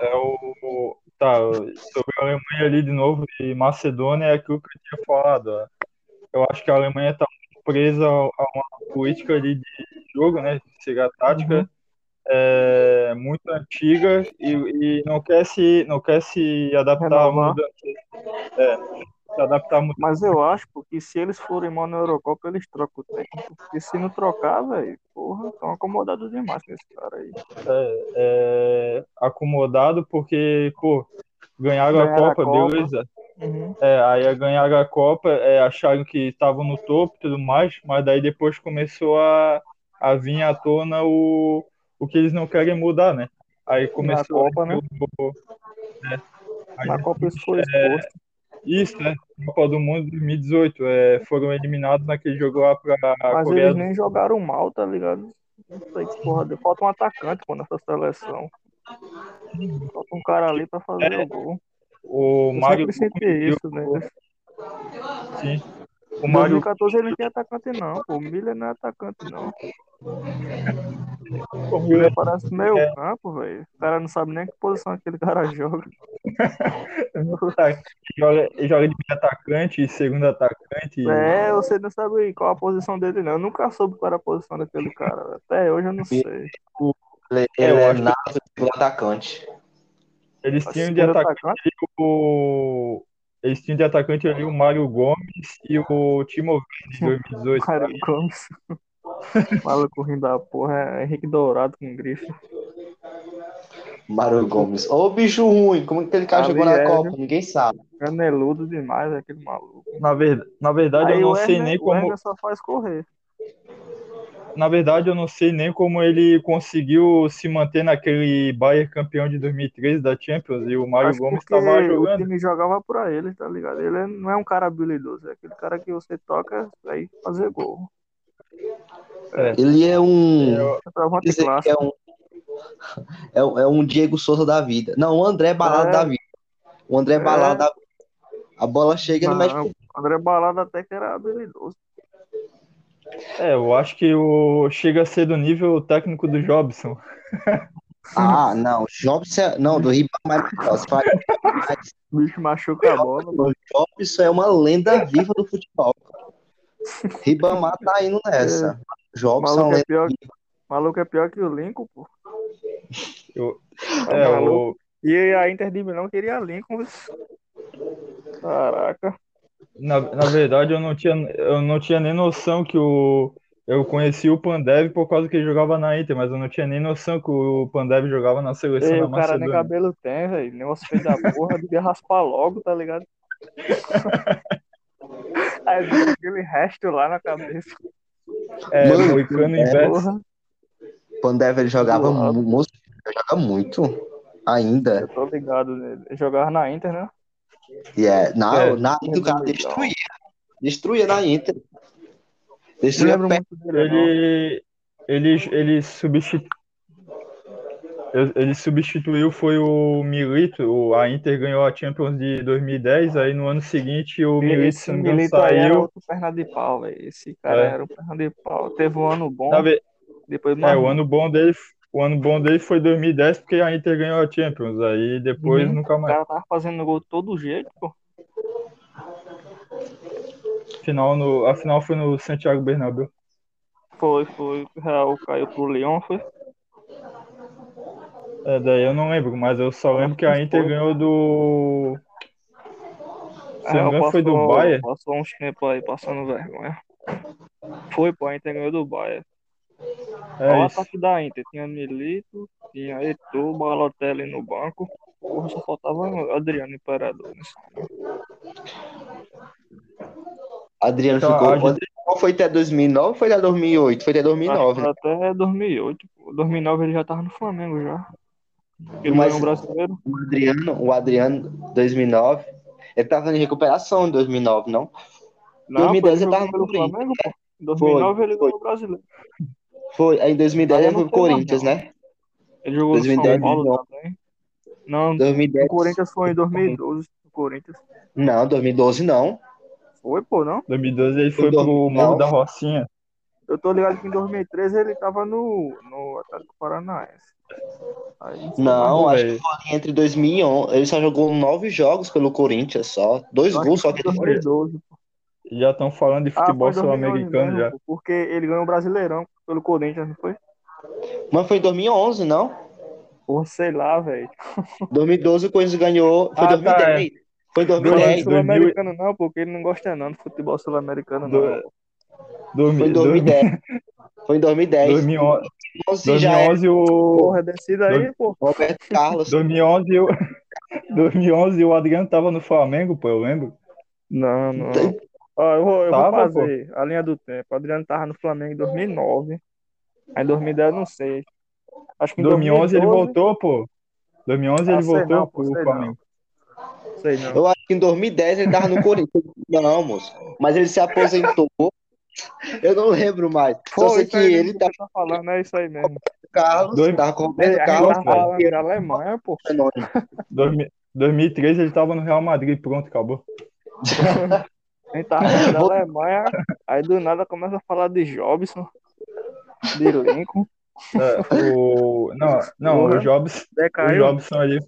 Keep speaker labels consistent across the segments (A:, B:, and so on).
A: É o, tá, sobre a Alemanha ali de novo e Macedônia é aquilo que eu tinha falado. ó. Eu acho que a Alemanha está presa a uma política ali de jogo, né? Seria a
B: Uhum.
A: tática é, muito antiga e, e não quer se não quer se adaptar à
B: Renovar.
A: mudança. É, se adaptar à mudança.
B: Mas eu acho, pô, que se eles forem mal na Eurocopa, eles trocam o técnico. Porque se não trocar, velho, porra, estão acomodados demais com esse cara aí.
A: é, é, acomodado porque, pô, ganharam,
B: Ganharam
A: a
B: a
A: Copa,
B: Copa.
A: beleza. É, aí ganharam a Copa, é, acharam que estavam no topo e tudo mais, mas daí depois começou a, a vir à tona o, o que eles não querem mudar, né? Aí começou tipo,
B: Copa, né?
A: o-
B: Na Copa isso foi exposto.
A: é isso, né? Copa do Mundo 2018. É, foram eliminados naquele jogo lá pra
B: Mas
A: Coreia
B: eles
A: do
B: nem jogaram mal, tá ligado? Não sei que porra. deu. Falta um atacante, pô, nessa seleção. Falta um cara ali pra fazer o gol.
A: O
B: Eu
A: Mário
B: sempre senti isso, né?
A: sim. O
B: Em
A: Mário
B: 2014 ele não tinha atacante, não. Pô. O Miller não é atacante, não.
A: o
B: O Miller
A: Miller
B: parece meio campo, velho. O cara não sabe nem que posição aquele cara joga.
A: tá, joga, joga de meio atacante, segundo atacante.
B: É, você não sabe qual a posição dele, não. Eu nunca soube qual era a posição daquele cara. velho. Até hoje eu não sei.
C: Ele,
A: Eu
C: ele é
A: acho que-
C: nato do atacante.
A: Eles
B: Mas
A: tinham de
B: segundo
A: atacante o. Eles tinham de atacante ali o Mário Gomes e o Timo Werner de 2018.
B: Cara, Gomes. Maluco rindo da porra. É Henrique Dourado com grife.
C: Mário Gomes. Ô, bicho ruim, como Uhum. é que aquele cara
B: Ali
C: jogou na
B: é,
C: Copa? Ninguém sabe.
B: Caneludo demais aquele maluco.
A: Na, ver... na verdade,
B: Aí
A: eu não
B: o
A: sei
B: Hernan-
A: nem
B: o
A: como.
B: Hernan só faz correr.
A: Na verdade, eu não sei nem como ele conseguiu se manter naquele Bayern campeão de 2013 da Champions e o Mário
B: Acho
A: Gomes
B: porque
A: estava
B: O
A: jogando.
B: time jogava pra ele, tá ligado? Ele é- não é um cara habilidoso, é aquele cara que você toca aí fazer gol.
C: Ele é um.
B: Centroavante
C: dizer que
B: clássico.
C: é um, é, um- é um Diego Souza da vida. Não, o André Balada
B: É.
C: da vida. O André Balada da vida. A bola chega e ele
B: Não,
C: mexe.
B: André Balada até que era habilidoso.
A: É, eu acho que o... chega a ser do nível técnico do Jobson.
C: Ah, não. Jobson é, não, do Ribamar é melhor. Você fala,
B: O bicho machuca a bola.
C: O Jobson é uma lenda viva do futebol. Ribamar tá indo nessa.
B: O
C: Jobson é uma
B: maluco é
C: lenda.
B: pior, o maluco é pior que o Lincoln, pô.
A: Eu...
B: Tá
A: É,
B: maluco?
A: o...
B: E a Inter de Milão queria Lincoln. viu? Caraca.
A: Na, na verdade, eu não tinha, eu não tinha nem noção que o. Eu conheci o Pandev por causa que ele jogava na Inter, mas eu não tinha nem noção que o Pandev jogava na seleção
B: Ei,
A: da
B: o cara nem
A: Macedônia.
B: cabelo tem, velho. Negócio feio da porra, devia raspar logo, tá ligado? Aí vem aquele resto lá na cabeça.
A: É,
C: Mano,
A: Moicano
C: é,
A: inverso.
B: Porra,
C: Pandev ele jogava
B: Uau.
C: mu- moço, ele joga muito. Ainda.
B: eu tô ligado nele. Eu Jogava na Inter, né?
C: E é, na,
A: É.
C: na Inter o cara destruía. Destruía na Inter.
B: Não
C: Destruía
B: lembro
C: perto.
B: muito dele, não.
A: Ele, ele, ele, substitu... eu- ele substituiu, foi o Milito. o- A Inter ganhou a Champions de 2010, aí no ano seguinte o Milito, se
B: Esse
A: não me engano,
B: Milito aí era
A: saiu.
B: outro perna de pau, velho. Esse cara
A: É.
B: era um perna de pau. Teve um ano bom,
A: Na ve-
B: depois
A: É,
B: mais
A: o ano bom dele, o ano bom dele foi 2010, porque a Inter ganhou a Champions, aí depois
B: Uhum.
A: nunca
B: O
A: mais.
B: cara tava fazendo gol de todo jeito, pô.
A: Final no, a final foi no Santiago Bernabéu.
B: Foi, foi. O Real caiu pro Leão, foi.
A: É, daí eu não lembro, mas eu só lembro que a Inter
B: Foi.
A: ganhou do. Se não
B: Real
A: me engano, foi do
B: passou-
A: Bayern.
B: Passou uns tempos aí passando vergonha. Foi, pô, a Inter ganhou do Bayern. Olha o
A: É isso.
B: ataque da Inter. Tinha Milito, tinha Eto'o, Balotelli no banco. Porra, só faltava o Adriano Imperador. né? nesse time.
C: Adriano
A: Então,
C: ficou.
A: a gente-
C: Qual foi até 2009? Foi até 2008? Foi até
B: Acho que
C: 2009. né?
B: Até 2008. Pô. 2009 ele já tava no Flamengo já. Ele
C: Mas-
B: ganhou o brasileiro.
C: O Adriano, o Adriano, 2009. Ele tava em recuperação em 2009, não?
B: Não,
C: 2010
B: pô,
C: ele
B: jogou
C: tava no
B: pelo
C: Corinthians.
B: Flamengo, pô. Em 2009 ele ganhou o brasileiro.
C: Foi, aí em 2010
B: Aí
C: ele
B: eu
C: foi
B: não
C: pro
B: sei mais,
C: Corinthians,
B: não.
C: né?
B: Ele jogou no
C: 2010,
B: São Paulo
C: não.
B: também. Não,
C: 2010.
B: o Corinthians foi em 2012. O Corinthians
C: Não, 2012 não.
B: foi, pô, não?
A: 2012 ele foi
C: Foi
A: pro
C: 2009.
A: Morro da Rocinha.
B: Eu tô ligado que em 2013 ele tava no, no Atlético Paranaense. Aí,
C: Não,
A: Vamos
C: acho
A: ver.
C: que foi entre 2011. Ele só jogou nove jogos pelo Corinthians só. Dois
B: eu acho
C: gols só
B: foi
C: que ele fez.
B: 2012.
A: Já estão falando de
B: Ah,
A: futebol
B: foi 2011
A: sul-americano
B: mesmo,
A: já.
B: pô, Porque ele ganhou o Brasileirão pelo Corinthians, não foi?
C: Mas foi em 2011, não?
B: Pô, sei lá, velho.
C: 2012 o Corinthians ganhou. Foi em
A: Ah, tá,
C: 2010. Foi em
B: Não é
C: 2010.
B: sul-americano não, porque ele não gosta não do futebol sul-americano
A: Do-
B: não.
C: Foi
A: 2010.
C: em 2010. Foi em 2010.
A: 2011,
C: 2011 Então, já é- era
A: 2011 o
B: Porra, descida aí, pô.
C: Roberto Carlos.
A: 2011 o 2011 o Adriano tava no Flamengo, pô, eu lembro.
B: Não, não. Ó, eu vou, eu vou
A: Tava,
B: fazer a linha do tempo. O Adriano tava no Flamengo em 2009. Aí em 2010 eu não sei. Acho que
A: Em
B: em
A: 2011 ele
B: 2012,
A: voltou, pô. 2011
B: Ah,
A: ele
B: sei
A: voltou
B: não, pô,
A: pro
B: sei
A: Flamengo.
B: Sei não.
C: Eu acho que em 2010 ele tava no Corinthians. Não, moço. Mas ele se aposentou. Eu não lembro mais. Só sei
B: isso
C: que
B: aí mesmo
C: ele
B: que
C: tava
B: você tá falando, é isso aí mesmo.
C: com o Carlos.
A: Dois-
C: Tava com o
B: Ele,
C: Roberto
B: a gente
C: Carlos.
B: tava
A: velho.
B: falando da Alemanha, pô.
C: Fenômeno.
A: 2000 2013 ele tava no Real Madrid, pronto, acabou.
B: A gente tava falando da Alemanha. Aí do nada começa a falar de Jobson, de Lincoln.
A: É, o não, não,
B: Porra.
A: o Jobs, o
B: Decaiu.
A: Jobson ali.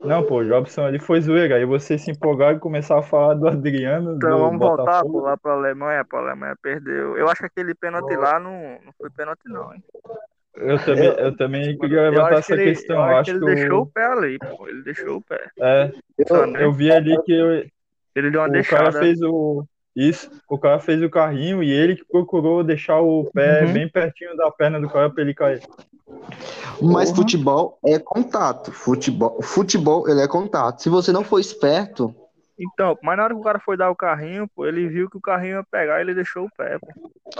A: Não, pô, o Jobson ali foi zoeira. Aí vocês se empolgaram e começaram a falar do Adriano,
B: Então
A: do
B: vamos voltar
A: Botafogo.
B: pô, lá pra Alemanha, pô, a Alemanha perdeu. Eu acho que aquele pênalti lá não, não foi pênalti, não, hein?
A: Eu também, eu também queria
B: Eu
A: levantar
B: acho que
A: essa
B: ele,
A: questão.
B: eu acho que ele
A: o-
B: deixou o pé ali, pô. Ele deixou o pé.
A: é,
B: Só,
A: eu,
B: né?
A: eu vi ali que o-
B: Ele deu uma
A: o
B: deixada.
A: cara fez o isso, o cara fez o carrinho e ele que procurou deixar o pé
B: Uhum.
A: bem pertinho da perna do cara pra ele cair.
C: Mas
B: Porra.
C: futebol é contato. Futebol, futebol ele é contato. Se você não for esperto,
B: Então, mas na hora que o cara foi dar o carrinho, pô, ele viu que o carrinho ia pegar e ele deixou o pé, pô.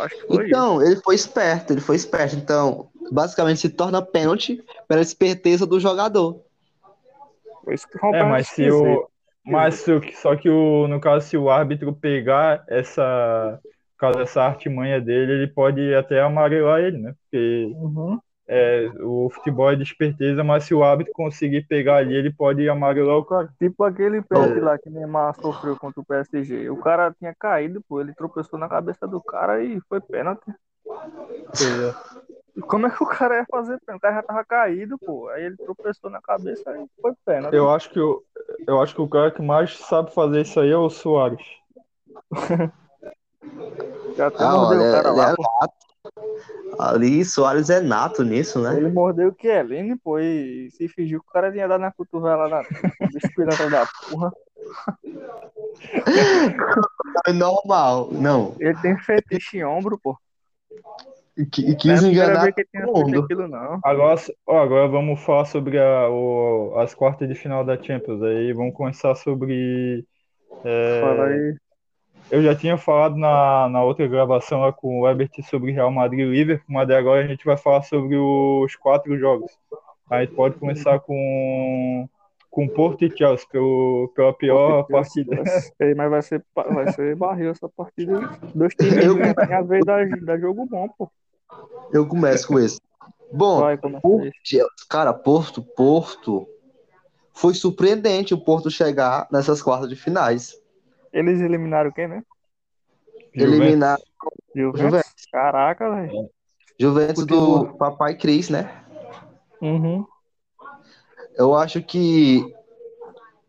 B: Acho que foi
C: então ele foi esperto, ele foi esperto. Então, basicamente se torna pênalti pela esperteza do jogador.
B: isso. Foi isso que foi um
A: É,
B: pênalti
A: mas se
B: esquisito.
A: o mas se o- só que o no caso se o árbitro pegar essa por causa dessa artimanha dele, ele pode até amarelar ele, né? Porque
B: Uhum.
A: é, o futebol é de esperteza, mas se o árbitro conseguir pegar ali, ele pode amarelar o cara.
B: Tipo
C: É.
B: aquele pênalti lá que Neymar sofreu contra o PSG. O cara tinha caído, pô, ele tropeçou na cabeça do cara e foi pênalti. E Como é que o cara ia fazer pênalti? O cara já tava caído, pô. Aí ele tropeçou na cabeça e foi pênalti.
A: Eu acho que o, eu acho que o cara que mais sabe fazer isso aí é o Soares.
B: Já até
C: Ah,
B: mordeu
C: olha,
B: o cara
C: ele
B: lá.
C: é
B: pô.
C: nato. Ali Soares é nato nisso, né?
B: Ele mordeu o Kieline, pô, e se fingiu que o cara tinha dado na um cotovela da bicho pirata da porra.
C: É normal. Não.
B: Ele tem fetiche em ombro, pô.
C: E, qui- e
B: Não é a
C: quis
B: primeira
C: enganar.
B: vez que ele tinha
C: todo
B: feito
C: mundo.
B: aquilo, não.
A: Agora, ó, agora vamos falar sobre a- o- as quartas de final da Champions. Aí vamos começar sobre. é,
B: Fala aí.
A: eu já tinha falado na, na outra gravação lá com o Ebert sobre Real Madrid e Liverpool, mas daí agora a gente vai falar sobre os quatro jogos. Aí pode começar com, com Porto e Chelsea, pelo, pela pior partida.
B: Ei, mas vai ser, pa- vai ser barril essa partida. aí. Dois times
C: Eu-
B: que tem a vez da, da jogo bom, pô.
C: Eu começo com esse. Bom,
B: Vai é começar
C: Porto,
B: aí.
C: cara, Porto, Porto. Foi surpreendente o Porto chegar nessas quartas de finais.
B: Eles eliminaram quem, né?
A: Juventus.
C: Eliminar
B: Juventus.
C: Juventus.
B: Caraca, velho.
C: Juventus
B: Continua.
C: do Papai Cris, né?
A: É.
B: Uhum.
C: Eu acho que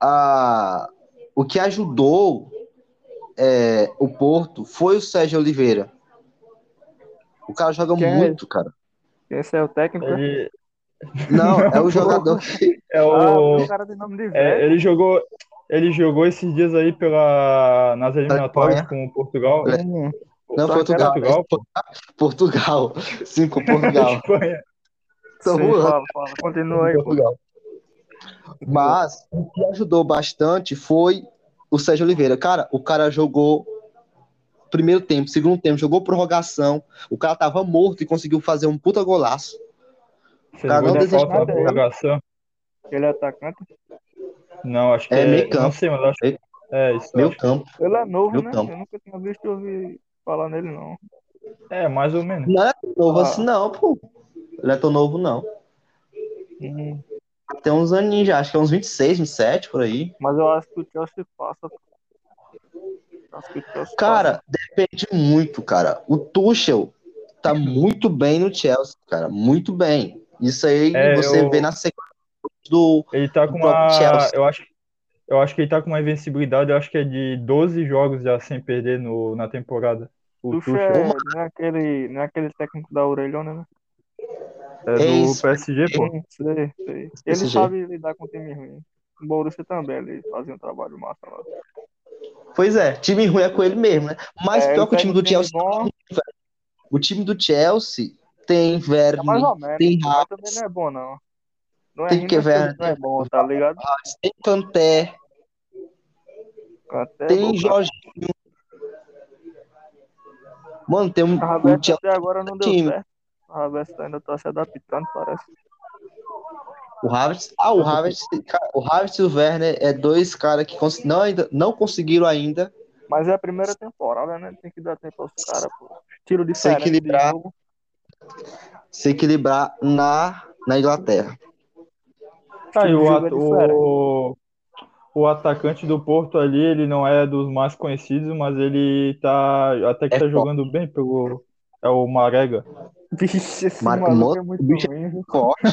C: a, o que ajudou é, o Porto foi o Sérgio Oliveira. O cara joga
B: Quem é
C: muito, cara.
B: Esse é o técnico. né?
A: Ele,
C: Não, é o jogador que.
A: é
B: Ah,
A: o,
B: o cara tem nome de velho.
A: é, ele jogou. Ele jogou esses dias aí pela,
C: Tá
A: nas eliminatórias com Portugal.
C: É.
B: Hum.
C: Não,
B: Só
C: Portugal.
A: Portugal,
C: Portugal. Cinco, Portugal.
A: Espanha.
C: Tô
B: Sim,
C: voando.
B: fala, fala. Continua aí, pô.
C: Portugal. Mas o que ajudou bastante foi o Sérgio Oliveira. Cara, o cara jogou primeiro tempo, segundo tempo, jogou prorrogação. O cara tava morto e conseguiu fazer um puta golaço.
A: Você
C: Cara,
A: jogou
C: não
A: de
C: desiste
A: falta na
B: nada, hein?
A: prorrogação?
B: Ele é atacante.
A: Não, acho que
C: É
A: é.
C: meio campo.
A: Não sei, mas acho que. É, isso. eu
C: Meu
A: acho.
C: campo.
B: Ele é novo,
C: Meu
B: né?
C: campo.
B: Eu nunca tinha visto e ouvi falar nele, não.
A: É, mais ou menos.
C: Não é novo
B: Ah.
C: assim, não, pô. Ele é tão novo, não.
B: Hum.
C: Tem uns aninhos já, acho que é uns 26, 27 por aí.
B: Mas eu acho que o Chelsea passa. pô. Acho que o Chelsea
C: Cara, depende
A: Uhum.
C: muito, cara. O Tuchel tá muito bem no Chelsea, cara. Muito bem. Isso aí
A: É,
C: você
A: eu-
C: vê na sequência do.
A: Ele tá
B: Um
A: com
C: O próprio
A: uma.
C: Chelsea.
A: Eu acho, eu acho que ele tá com uma invencibilidade, eu acho que é de 12 jogos já sem perder no, na temporada. O
B: Tuchel
A: Tuchel
B: é, não, é aquele, não é aquele técnico da orelhona, né?
A: é do
C: Ex-
A: PSG, pô.
B: Hum, Sei, sei. Ele
C: PSG.
B: sabe lidar com time ruim. O Borussia também, ele fazia um trabalho massa lá.
C: Pois é, time ruim é com ele mesmo, né? Mas
B: É,
C: pior
B: ele
C: que o time
B: pega um
C: do Chelsea.
B: bom,
C: O time do Chelsea tem
B: é mais
C: Verme,
B: ou menos.
C: tem
B: mas também não é bom, não. Não é
C: Tem
B: ruim,
C: que
B: mas
C: ver, né?
B: também não é bom, tá ligado?
C: tem Kanté,
B: Até
C: tem
B: É bom,
C: Jorginho. Mano, tem um.
B: A
C: O
B: Roberta
C: Chelsea, é
B: até agora não deu
C: time.
B: certo. A Roberta ainda tá se adaptando, parece.
C: o Havertz. Ah, o Havertz. cara, O Havertz e o Werner é dois caras que cons- não, ainda, não conseguiram ainda
B: Mas é a primeira temporada, né? Tem que dar tempo aos caras, pô. Tiro de
C: Se equilibrar.
B: jogo.
C: se equilibrar na, na Inglaterra.
A: Tá, e o,
B: Jogo é
A: at-
B: diferente.
A: o, o atacante do Porto ali, ele não é dos mais conhecidos, mas ele tá. Até que
C: É
A: tá
C: top.
A: jogando bem pelo. É o Marega.
B: Vixe, esse
C: Marco
B: maluco
C: Motta,
B: é muito
C: bicho.
B: ruim. viu?
C: Forte,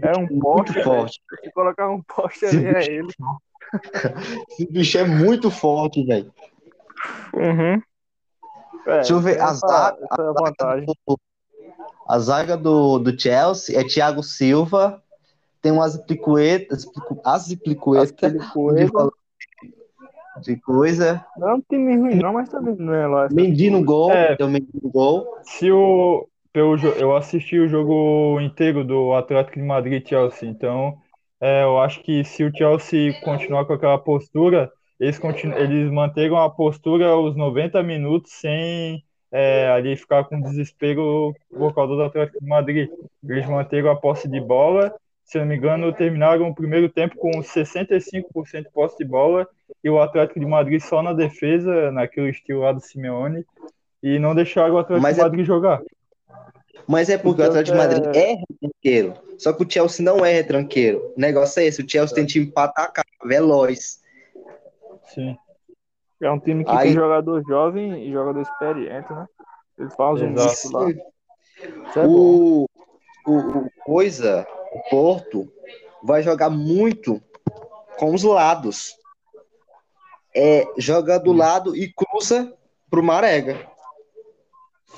B: É um poste,
C: muito
B: velho.
C: forte.
B: Se colocar um poste
C: Esse
B: ali, é ele.
C: Esse bicho é muito forte, velho.
B: Uhum. É,
C: É, Deixa eu ver,
B: tem
C: a
B: essa,
C: zaga-
B: essa é a vantagem.
C: A zaga do, do Chelsea é Thiago Silva, tem um Aziplicueta, Aziplicu- Aziplicueta
B: Aquele
C: é de,
B: coelho.
C: val- de coisa.
B: Não é um time ruim, não, mas também não é lá.
C: Mendy no gol,
A: É.
C: tem o Mendy no gol.
A: Se o. Pelo, jo- eu assisti o jogo inteiro do Atlético de Madrid e Chelsea, então é, eu acho que se o Chelsea continuar com aquela postura, eles, continu, eles manteram a postura os 90 minutos sem é, ali ficar com desespero por causa do Atlético de Madrid. Eles manteram a posse de bola, se eu não me engano, terminaram o primeiro tempo com 65% de posse de bola e o Atlético de Madrid só na defesa, naquele estilo lá do Simeone, e não deixaram o Atlético
C: Mas
A: de
C: é-
A: Madrid jogar.
C: Mas é porque o
B: Então,
C: Atlético de
B: é-
C: Madrid é retranqueiro. Só que o Chelsea não é retranqueiro. O negócio é esse, o Chelsea tem time pra atacar, veloz.
A: Sim,
B: É um time que
C: Aí-
B: tem jogador jovem e jogador experiente, né? Eles fazem um
A: Exato.
B: misto lá. Isso é bom.
C: O, o, o Coisa, o Porto, vai jogar muito com os lados. É, joga do lado e cruza pro Marega.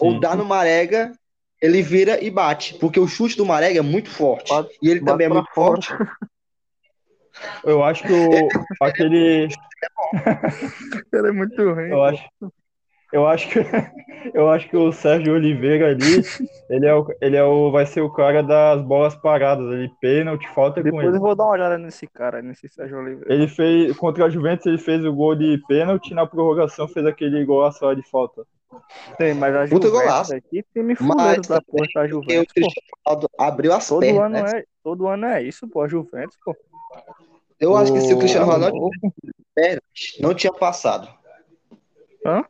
C: Ou
A: sim.
C: dá no Marega, ele vira e bate. Porque o chute do Marega é muito forte.
B: Bate-
C: e ele
B: bate
C: também é
B: pra
C: muito
B: fora.
C: forte.
A: Eu acho que o, aquele.
B: Ele é muito ruim.
A: Eu acho, eu acho que eu acho que o Sérgio Oliveira ali, ele é o, ele é o, vai ser o cara das bolas paradas, ele pênalti, falta é com
B: Depois
A: ele.
B: eu vou dar uma olhada nesse cara, nesse Sérgio Oliveira.
A: Ele fez contra a Juventus, ele fez o gol de pênalti, na prorrogação fez aquele golaço lá de falta.
B: Tem, mas a
C: Puta
B: Juventus,
C: golaço.
B: velho, que time
C: Mas
B: fuleiro da porra da
C: Porque o
B: Juventus, pô.
C: Cristiano Ronaldo abriu as
B: Todo
C: pernas.
B: ano
C: né?
B: é, todo ano é isso, pô, a Juventus, pô.
C: Eu acho que se o Cristiano
B: Tá
C: Ronaldo
B: louco.
C: tivesse pernas, não tinha passado.
B: Hã?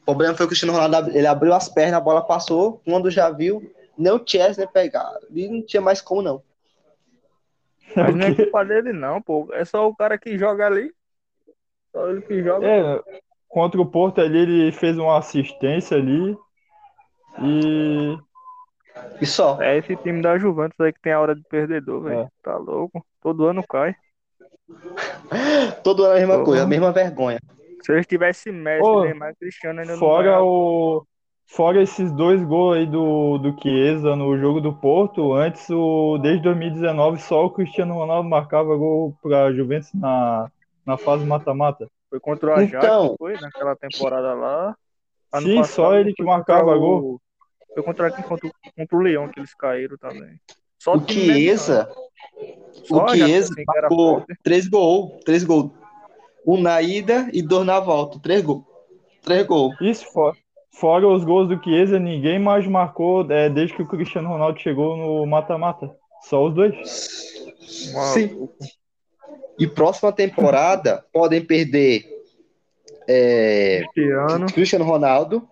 C: O problema foi que o Cristiano Ronaldo ab- ele abriu as pernas, a bola passou. Quando já viu, nem o Chesney pegar. E não tinha mais como, não.
B: Mas não é
A: Ok.
B: culpa dele, não, pô. É só o cara que joga ali. Só ele que joga.
A: É, contra o Porto ali, ele fez uma assistência ali. E
C: E só.
B: É esse time da Juventus aí que tem a hora de perdedor, velho.
A: É.
B: Tá louco. Todo ano cai.
C: Todo ano a mesma
B: Uhum.
C: coisa, a mesma vergonha.
B: Se eles tivessem Messi,
A: Ô,
B: Neymar, Cristiano ainda
A: Fora
B: não
A: o fora esses dois gols aí do, do Chiesa no jogo do Porto, antes o desde 2019 só o Cristiano Ronaldo marcava gol para Juventus na, na fase mata-mata.
B: Foi contra o Ajax,
C: Então.
B: foi naquela temporada lá. Ano
A: Sim,
B: passado,
A: só ele que
B: foi
A: marcava
B: contra o-
A: gol.
B: Foi contra, quem? contra, o- contra o Leão que eles caíram também. Só
C: O
B: time mesmo,
C: Chiesa,
B: né? Só
C: o
B: Ajax,
C: Chiesa
B: assim, que era
C: marcou
B: forte.
C: três gols. Três gols. Um na ida e dois na volta. Três gols. Três gols.
A: Isso fora, fora os gols do Chiesa, ninguém mais marcou é, desde que o Cristiano Ronaldo chegou no mata-mata. Só os dois.
C: Sim. E próxima temporada podem perder é,
B: Cristiano,
C: Cristiano Ronaldo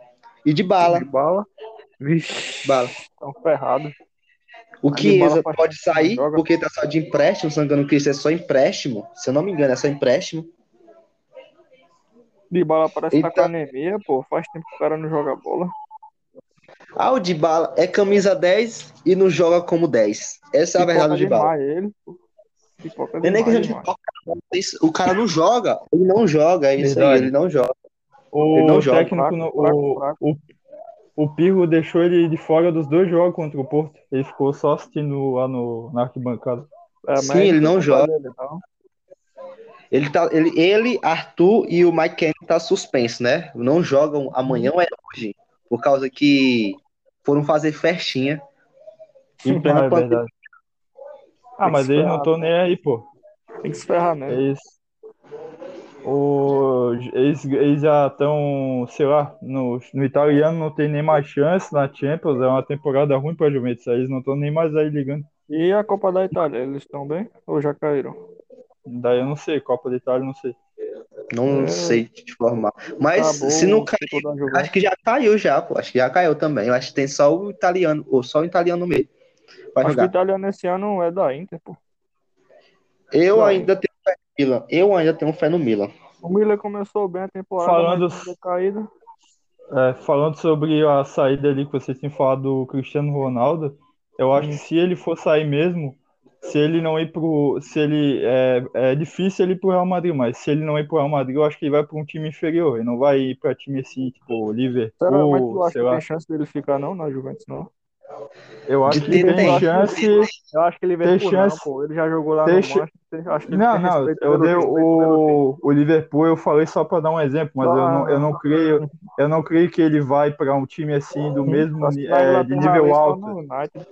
C: e de bala.
B: de bala. Vixe,
C: Bala.
B: tão ferrado.
C: O
B: Mas
C: Chiesa
B: Dybala faz-
C: pode sair
B: joga.
C: porque tá só de empréstimo, se não me engano, que isso é só empréstimo. Se eu não me engano, é só empréstimo.
B: De bala parece que tá
C: Então-
B: com anemia, pô. Faz tempo que o cara não joga bola.
C: Ah, o Dybala é camisa 10 e não joga como 10. Essa é a verdade do Dybala.
B: demais ele. pô. Pipoca
C: Não é nem
B: demais,
C: questão de
B: demais.
C: Isso- O cara não joga, ele não joga, é isso aí,
A: Verdade.
C: ele não joga.
A: O
C: Ele não joga,
A: técnico,
B: fraco,
A: no-
B: fraco,
A: o,
B: fraco.
A: o, o Pirro deixou ele de fora dos dois jogos contra o Porto. Ele ficou só assistindo lá no, na arquibancada.
B: É, mas
C: Sim, ele não joga.
B: Dele, não.
C: Ele, tá, ele, ele, Arthur e o Mike Kenny tá suspenso, né? Não jogam amanhã ou é hoje, por causa que foram fazer festinha. Em plena
A: Ah, é
C: pandemia.
A: verdade. Ah, mas eles não estão nem aí, pô.
B: Tem que se ferrar, né?
A: Eles, o, eles, eles já estão, sei lá, no, no italiano não tem nem mais chance na Champions, é uma temporada ruim para Juventus, aí eles não estão nem mais aí ligando.
B: E a Copa da Itália, eles estão bem? Ou já caíram?
A: Daí eu não sei, Copa da Itália, não sei.
C: Não
B: É. Tá
C: sei te informar. Mas
B: Acabou
C: se não
B: o
C: cair,
B: ciclo da Juventus.
C: acho que já caiu já, pô. Acho que já caiu também. Eu Acho que tem só o italiano, ou só o italiano mesmo. Vai
B: Acho que o
C: jogar.
B: italiano esse ano é da Inter, pô.
C: Eu
B: não.
C: ainda tenho fé no Milan. Eu ainda tenho fé no Milan.
B: O Miller começou bem a temporada,
A: Falando-
B: mas deu caída.
A: É, falando sobre a saída ali que vocês tinham falado do Cristiano Ronaldo, eu acho
B: Uhum.
A: que se ele for sair mesmo, se ele não ir pro, se ele é, é difícil ele ir pro Real Madrid, mas se ele não ir pro Real Madrid, eu acho que ele vai para um time inferior, ele não vai ir para time assim, tipo
B: Será, Tá, mas
A: Liverpool,
B: tu acha
A: sei
B: que
A: lá.
B: tem chance dele ficar não na Juventus, não?
A: Eu acho que
C: ter-
A: tem
C: tem.
A: chance.
B: Eu acho que ele vem
A: Tem
B: por não,
A: chance.
B: pô. Ele já jogou lá no
A: Tem ch-
B: Manchester. Acho que ele
A: Não,
B: tem
A: não,
B: respeito
A: eu
B: pelo
A: dei
B: respeito Ah, tá. pelo-
A: o, o Liverpool, eu falei só para dar um exemplo, mas eu não, eu não creio, eu não creio que ele vai para um time assim do mesmo
B: Acho que
A: ni-
B: na
A: é, de
B: Inglaterra
A: nível
B: ele tá
A: alto.
B: no United.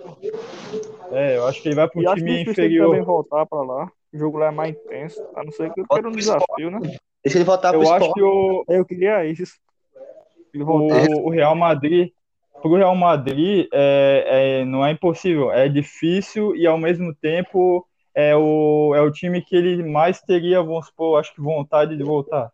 A: É, eu acho que ele vai para
B: E
A: um
B: acho que
A: time
B: difícil ele também
A: inferior.
B: voltar pra lá. O jogo lá é mais intenso. A não ser que ele
C: Bota
B: queira um
C: pro
B: desafio, né?
C: Deixa ele voltar pro
A: Eu acho
C: esporte.
A: que o,
B: Eu queria isso. Ele voltar.
A: o, o Real Madrid, pro Real Madrid, é, é, não é impossível, é difícil e ao mesmo tempo é o, é o time que ele mais teria, vamos supor, acho que vontade de voltar,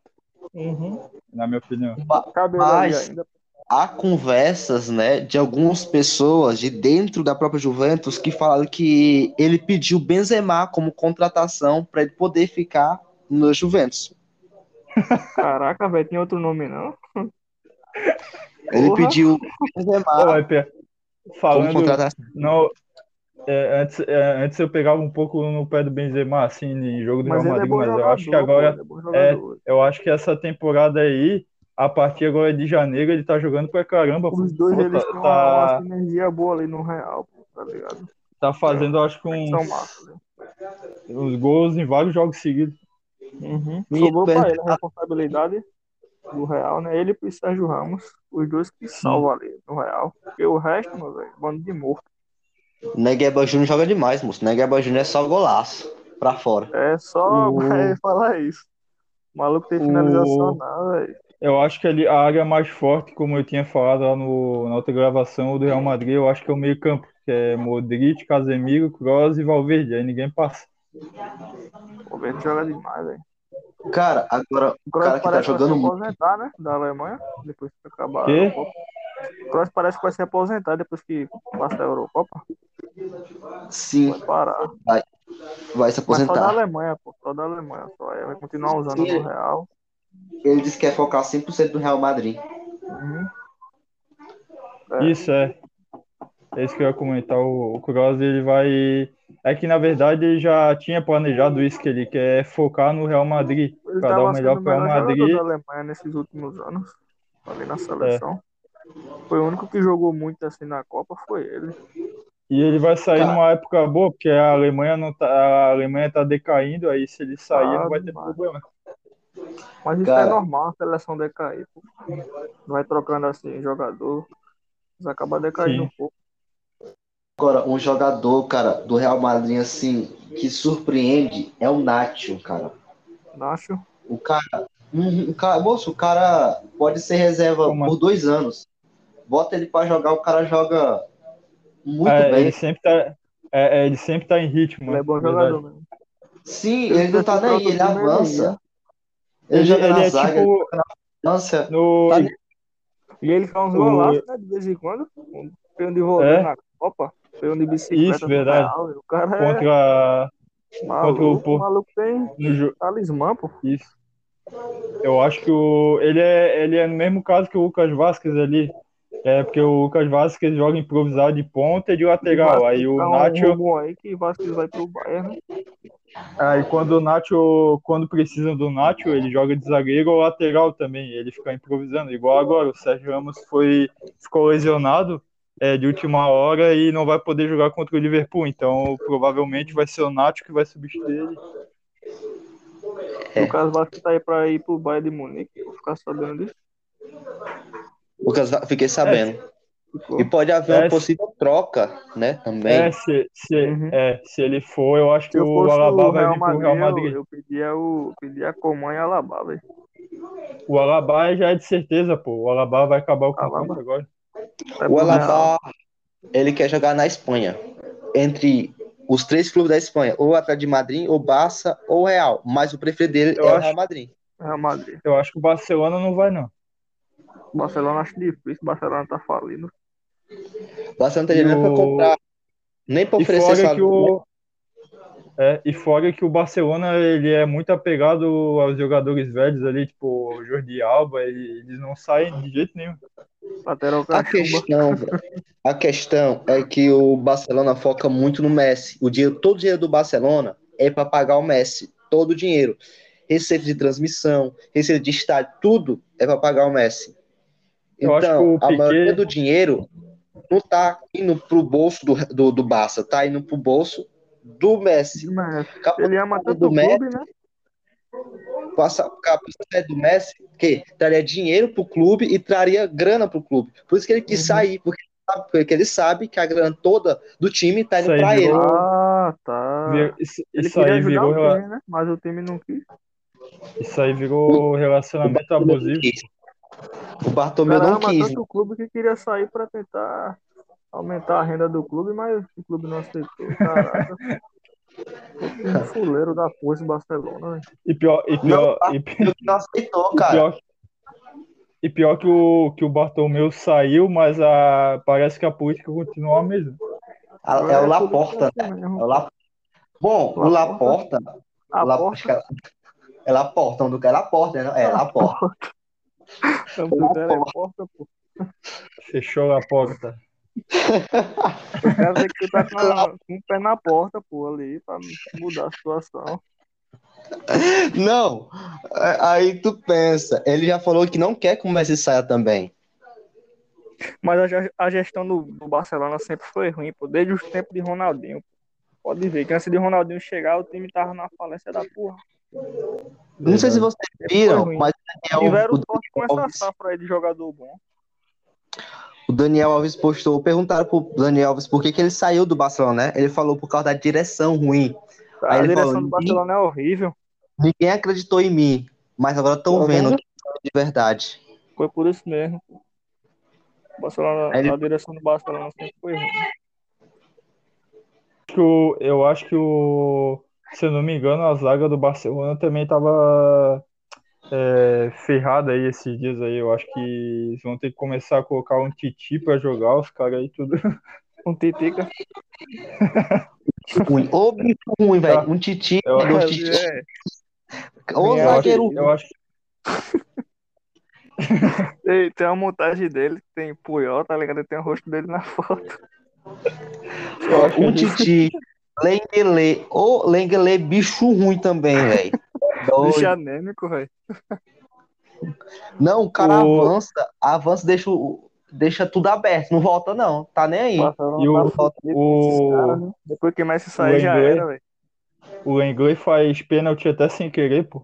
B: Uhum.
A: na minha opinião.
B: Cabelo
C: Mas-
B: ali ainda.
C: há conversas, né, de algumas pessoas de dentro da própria Juventus que falaram que ele pediu Benzema como contratação para ele poder ficar no Juventus.
B: Caraca, velho, tem outro nome não?
C: Ele
B: Porra.
C: pediu
A: Ó,
C: Benzema
A: EP,
C: como
A: falando
C: contratação.
A: Não, é, antes, é, antes eu pegava um pouco no pé do Benzema, assim, em jogo do
B: Mas
A: Real
B: ele é
A: Madrid,
B: bom
A: mas eu
B: jogador,
A: acho que agora,
B: pô, ele é bom jogador.
A: eu acho que essa temporada aí, a partir agora de janeiro, ele tá jogando pra caramba. pô.
B: Os dois,
A: Pô,
B: eles
A: tá,
B: têm uma, uma
A: tá,
B: sinergia boa ali no Real, pô, tá ligado?
A: tá fazendo, acho que
B: Eles
A: uns,
B: São massa, né?
A: uns gols em vários jogos seguidos.
B: Uhum.
C: E
B: Sobrou
C: Ben-
B: pra ele a responsabilidade do Real, né? Ele e Sérgio Ramos, os dois que
A: Uhum.
B: salvam ali no Real. Porque o resto, meu velho, bando de morto.
C: Negueba Júnior joga demais, moço. Negueba Júnior é só golaço pra fora.
B: É só
A: O-
B: é, falar isso. O maluco tem
A: O-
B: finalização, não, velho.
A: Eu acho que ali a área mais forte, como eu tinha falado lá no, na outra gravação do Real Madrid, eu acho que é o meio-campo, que é Modric, Casemiro, Kroos e Valverde, aí ninguém passa.
B: O Verde joga demais, velho.
C: Cara, agora
B: O
C: o
B: Kroos
C: cara que
B: parece que
C: tá
B: vai se
C: jogando muito.
B: aposentar, né? Da Alemanha, depois que acabar a
A: Quê?
B: Eurocopa. O Kroos parece que vai se aposentar depois que passa a Eurocopa.
C: Sim,
B: Vai parar.
C: vai se
B: Mas só da
C: aposentar.
B: Alemanha, pô. Só da Alemanha. Só. Aí vai continuar usando
C: Sim.
B: no Real.
C: Ele disse que é focar 100% no Real Madrid.
B: Uhum.
A: Isso é. É isso que eu ia comentar. O, o Kroos, ele vai. É que na verdade ele já tinha planejado isso, que ele quer focar no Real Madrid.
B: Ele
A: Pra dar
B: tava
A: o melhor
B: sendo o
A: pro Real
B: melhor jogador
A: Madrid. É.
B: da Alemanha nesses últimos anos. Ali na seleção. Foi o único que jogou muito assim na Copa, foi ele.
A: E ele vai sair
C: Cara.
A: numa época boa, porque a Alemanha não tá. A Alemanha tá decaindo, aí se ele sair
B: Ah,
A: não vai ter
B: demais.
A: problema.
B: Mas isso
C: Cara.
B: é normal, a seleção decair. Pô. Vai trocando assim, jogador. Mas acaba decaindo
A: Sim.
B: um pouco.
C: Agora, um jogador, cara, do Real Madrid, assim, que surpreende é o Nacho, cara.
B: Nacho.
C: O cara, Uhum, o cara, moço, o cara pode ser reserva
A: Como
C: por dois anos. Bota ele pra jogar, o cara joga muito
A: É,
C: bem.
A: ele sempre tá. é, é, ele sempre tá em ritmo.
B: Ele é bom
A: verdade.
B: jogador mesmo.
C: Sim,
B: Ele
C: ele, não tá
B: tá
C: nem aí,
B: jogando
C: ele
B: primeiro,
C: avança.
B: né?
C: Ele,
A: Ele,
C: joga
A: ele
C: na
A: é
C: zaga, ele
A: tipo.
C: avança.
A: No,
C: Tá
B: E ele faz uns
A: O-
B: golaços, né? De vez em quando. Foi um de volante
A: É.
B: na Copa. Foi um de bicicleta.
A: Isso,
B: no
A: verdade.
B: Real, e O cara é
A: contra. contra o
B: maluco. O
A: Porto.
B: maluco tem
A: No, jo-
B: talismã, pô.
A: Isso. Eu acho que o, ele, é, ele é no mesmo caso que o Lucas Vasquez ali. É porque o Lucas Vasquez joga improvisado de ponta e de lateral. Aí o
B: Dá
C: então,
B: um
A: Nacho.
B: rumo aí que Vasquez vai pro Bayern. né?
A: Aí quando o Nacho. Quando precisam do Nacho, ele joga de zagueiro ou lateral também. Ele fica improvisando. Igual agora, o Sérgio Ramos foi, ficou lesionado é, de última hora e não vai poder jogar contra o Liverpool. Então provavelmente vai ser o Nacho que vai substituir ele.
C: É.
B: No caso, Vasquez tá aí pra ir pro Bayern de Munique. Eu vou ficar sabendo disso.
C: Lucas, Va- fiquei sabendo.
B: Ficou.
C: E pode haver uma
A: É.
C: possível troca, né? Também.
A: É se, se,
B: Uhum.
A: é, se ele for, eu acho que
B: Se eu
A: o
B: fosse
A: Alabá
B: o
A: vai
B: Real
A: vir pro
B: Madrid,
A: Real Madrid.
B: eu, eu pedia, o, pedia Coman e Alabá, velho.
A: O Alabá já é de certeza, pô. O Alabá vai acabar o contrato
B: Alaba.
A: agora. Tá
B: Vai pro
C: O
B: Real.
C: Alaba, ele quer jogar na Espanha. Entre os três clubes da Espanha, ou Atlético de Madrid, ou Barça, ou Real. Mas o preferido dele
A: Eu
C: é o
A: acho.
C: Real Madrid.
B: Real Madrid.
A: Eu acho que o Barcelona não vai, não.
B: Barcelona acho difícil, Barcelona tá falindo.
C: O Barcelona não teria nem
A: E
C: pra
A: o-
C: comprar, nem pra
A: E
C: oferecer
A: fora que
C: salário.
A: o. É, e fora que o Barcelona ele é muito apegado aos jogadores velhos ali, tipo o Jordi Alba, ele- eles não saem de jeito nenhum.
B: Lateral
A: Tá
C: A
B: cachumba.
C: questão, velho, a questão é que o Barcelona foca muito no Messi. O dinheiro, todo o dinheiro do Barcelona é para pagar o Messi, todo o dinheiro. Receita de transmissão, receita de estádio, tudo é para pagar o Messi.
A: Eu acho
C: Então,
A: que o
C: a maioria
A: Piquet-
C: do dinheiro não tá indo pro bolso do, do, do Barça, tá indo pro bolso do Messi.
B: Mas
C: Capaz
B: Ele
A: Tá
B: ama
C: Do
B: tanto o
C: Messi.
B: clube, né?
C: passa capacete do Messi, que traria dinheiro pro clube e traria grana pro clube. Por isso que ele quis
B: Uhum.
C: sair, porque sabe- porque ele sabe que a grana toda do time tá
A: Isso
C: indo
A: aí
C: pra ele.
A: virou-
B: Ah, tá.
A: Vir- Isso,
B: Ele
A: isso
B: queria
A: aí
B: ajudar
A: virou,
B: o
A: rela-
B: time, né? Mas o time não quis.
A: isso aí virou relacionamento abusivo.
B: O
C: O Bartomeu
B: cara
C: não
B: ama
C: quis.
B: tanto o clube que queria sair pra tentar aumentar a renda do clube, mas o clube não aceitou. Caraca. Um fuleiro da porra esse Barcelona, velho.
A: E pior, e pior, e pior,
C: Ele não aceitou,
A: E
C: cara.
A: pior, e pior que o, que o Bartomeu saiu, mas a, parece que a política continua a mesma.
C: A- É o Laporta. né? É o La... Bom, o Laporta.
B: A
C: La-
B: porta
C: acho que é- É Laporta, não é Laporta, né? É Laporta.
B: O cara é porta, pô.
A: Fechou a porta.
B: O cara tem que estar tá com, a- com o pé na porta, pô, ali, pra mudar a situação.
C: Não, é- aí tu pensa, ele já falou que não quer que o Messi saia também.
B: Mas a, ge- a gestão do, do Barcelona sempre foi ruim, pô, desde os tempos de Ronaldinho. Pode ver, que antes de Ronaldinho chegar, o time tava na falência da porra.
C: Não sei se vocês
B: Foi
C: viram,
B: ruim.
C: mas é o,
B: Tiveram
C: o
B: sorte com essa
C: Alves.
B: safra aí de jogador bom.
C: O Daniel Alves postou, perguntaram pro Daniel Alves por que, que ele saiu do Barcelona, né? Ele falou por causa da direção ruim. Aí
B: a
C: ele
B: direção
C: falou,
B: do Barcelona é horrível.
C: Ninguém acreditou em mim, mas agora estão
B: Tá
C: vendo
B: vendo?
C: que eu sou de verdade.
B: Foi por isso mesmo. O Barcelona,
C: Aí ele-
B: A direção do Barcelona sempre foi ruim.
A: Acho que o- eu acho que o. Se eu não me engano, a zaga do Barcelona também estava ferrada aí esses dias aí. Eu acho que eles vão ter que começar a colocar um Titi pra jogar, os caras aí tudo.
B: Um Titica.
C: Ruim. Ô, bicho ruim, velho. Um titi,
A: Eu- é,
C: dois titi.
B: É,
C: Ô,
B: eu acho-
C: zagueiro.
A: Eu acho que
B: Ei, tem uma montagem dele, que tem Puyol, tá ligado? Tem o rosto dele na foto.
A: eu acho que é
C: Um
A: ele-
C: titi. Lenguele. Ô, Lenguele, bicho ruim também, velho. Doido.
B: Bicho anêmico, velho.
C: Não, o cara
A: O-
C: avança, avança, deixa, o- deixa tudo aberto. Não volta, não. Tá nem aí.
B: Barcelona
A: E o-
B: tá fudido com esses
A: o-
B: caras, né? Depois que Messi sair, já
A: Lenglet.
B: era, velho.
A: o Lenglet faz pênalti até sem querer, pô.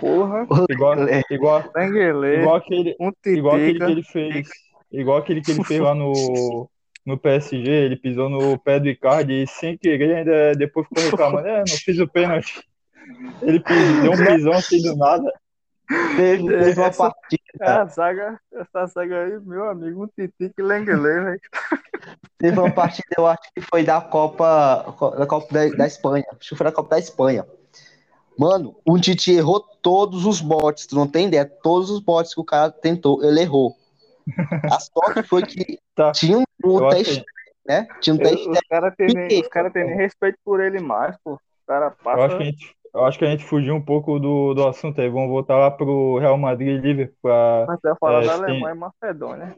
B: Porra.
A: Igual,
C: Lenglet.
A: igual,
B: Lenguele,
A: igual aquele.
B: um
A: Igual aquele que
B: Titica.
A: ele fez. Igual aquele que ele fez lá no, no PSG, ele pisou no pé do Icardi e sem querer ainda depois ficou reclamando, é, não fiz o pênalti. Ele pis- deu um pisão assim do nada.
C: Teve, teve uma
B: Essa-
C: partida.
B: Essa zaga, essa zaga aí, meu amigo, um Titica e Lenguele, velho.
C: Teve uma partida, eu acho que foi da Copa, da Copa da, da Espanha. Acho que foi da Copa da Espanha. Mano, o Titi errou todos os botes. Tu não tem ideia? Todos os botes que o cara tentou, ele errou. A sorte foi que
A: Tá.
C: tinha um,
A: Eu
C: um
A: acho
C: teste, né? Tinha um teste.
B: Os caras têm nem,
C: Piquet.
B: os cara tem nem respeito por ele mais, pô. Os caras
A: Eu acho que a
B: passam.
A: gente, eu acho que a gente fugiu um pouco do, do assunto aí. Vamos voltar lá pro Real Madrid e Liverpool. pra-
B: Mas você vai falar
A: É,
B: da
A: sim.
B: Alemanha e Macedônia.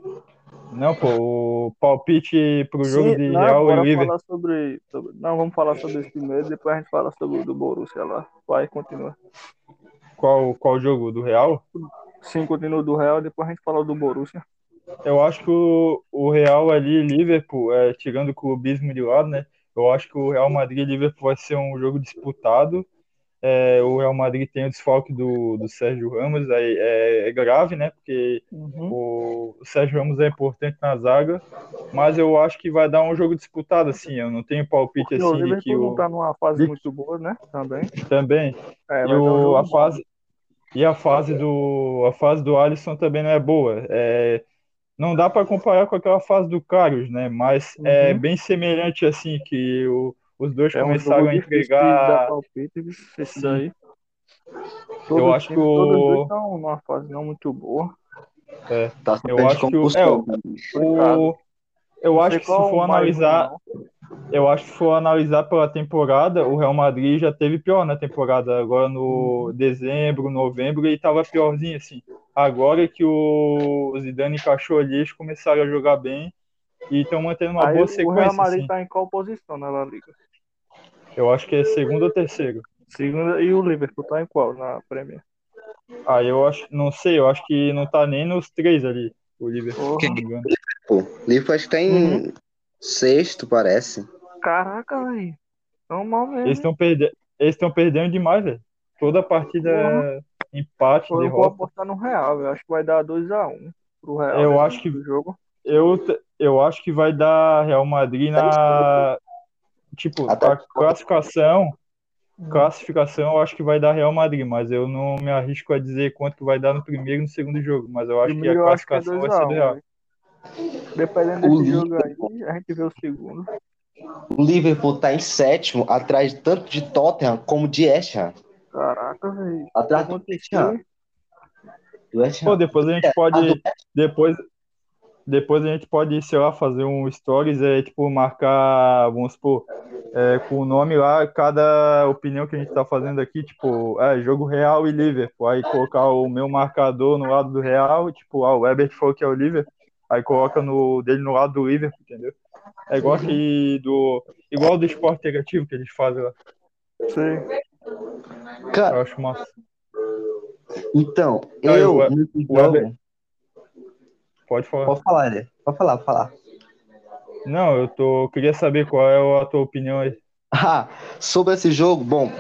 A: Não, pô, o palpite pro jogo
B: Sim,
A: de
B: não,
A: Real
B: bora
A: e River.
B: falar sobre, sobre- Não, vamos falar sobre isso primeiro, depois a gente fala sobre o do Borussia lá. Vai, continua.
A: Qual, qual jogo? Do Real?
B: Sim, continua o do Real, depois a gente fala do Borussia.
A: Eu acho que o, o Real ali, Liverpool, é, tirando o clubismo de lado, né? Eu acho que o Real Madrid e Liverpool vai ser um jogo disputado. É, o Real Madrid tem o desfalque do, do Sérgio Ramos, aí é, é grave, né? Porque
B: Uhum.
A: o, o Sérgio Ramos é importante na zaga, mas eu acho que vai dar um jogo disputado, assim. Eu não tenho palpite
B: E o
A: assim de que
B: Liverpool não
A: o.
B: tá numa fase
A: de-
B: muito boa, né? Também.
A: Também.
B: É,
A: E
B: vai dar um
A: o-
B: jogo
A: a
B: bom.
A: fase e a fase do a fase do Alisson também não é boa. É, não dá para comparar com aquela fase do Carlos, né? Mas é
B: Uhum.
A: bem semelhante assim que o- os dois
B: É um
A: começaram
B: jogo
A: a
B: difícil de dar
A: entregar.
B: palpite, viu?
A: Sim.
B: esse daí.
A: Eu acho que o-
B: Todos os dois estão numa fase não muito boa.
C: Tá
A: Eu
C: sofrendo de
A: acho que o-
C: concussão,
A: O, eu
B: Não
A: acho
B: sei
A: que se
B: qual
A: for
B: o mais um
A: analisar,
B: bom,
A: eu acho que se for analisar pela temporada, o Real Madrid já teve pior na temporada. Agora no dezembro, novembro, ele tava piorzinho assim. Agora que o Zidane encaixou ali, eles começaram a jogar bem. E estão mantendo
B: não.
A: uma
B: Aí
A: boa
B: o Real
A: sequência,
B: Madrid
A: assim.
B: tá em qual posição na La Liga?
A: Eu acho que é segundo ou terceiro.
B: Segunda, e o Liverpool tá em qual na Premier?
A: Aí eu acho, não sei, eu acho que não tá nem nos três ali, o Liverpool, se
B: Porra.
A: não me engano.
C: pô. Liverpool acho que
A: Hum.
C: tá em sexto, parece.
B: Caraca, velho. Tão mal mesmo.
A: Eles
B: hein?
A: estão perdendo, eles estão perdendo demais, velho. Toda partida é empate,
B: Eu vou
A: derrota.
B: apostar no Real, velho. Acho que vai dar 2x1 pro Real.
A: Eu
B: nesse
A: acho que-
B: Jogo.
A: Eu, t- eu acho que vai dar Real Madrid na tipo,
C: Até-
A: a classificação,
B: Hum.
A: classificação, eu acho que vai dar Real Madrid, mas eu não me arrisco a dizer quanto que vai dar no primeiro e no segundo jogo, mas eu acho que
B: Primeiro
A: a
B: eu acho que é
A: classificação vai ser do
B: 2x1.
A: Real.
B: velho. Dependendo
C: O
B: desse jogo aí, a gente vê o segundo.
C: O Liverpool tá em sétimo, atrás tanto de Tottenham como de West Ham.
B: Caraca, velho.
C: Atrás do West Ham. Do West
A: Pô,
C: Ham.
A: depois a gente
C: Ah, do
A: pode
C: West
A: Depois, depois a gente pode, sei lá, fazer um stories, é, tipo, marcar, vamos supor, é, com o nome lá, cada opinião que a gente tá fazendo aqui, tipo, é, jogo Real e Liverpool. Aí colocar o meu marcador no lado do Real, tipo, ah, o Ebert falou que é o Liverpool, aí coloca no, dele no lado do Liverpool, entendeu? É igual que do. Igual do esporte negativo que eles fazem lá.
B: Sim.
C: Ham. Cara,
A: Eu acho massa.
C: então,
A: Cara,
C: eu,
A: o-
C: nesse
A: o
C: jogo-
A: Eber- Pode falar.
C: Pode falar, Helder. Pode falar, pode falar.
A: Não, eu tô. Queria saber qual é a tua opinião aí.
C: Ah, sobre esse jogo, bom,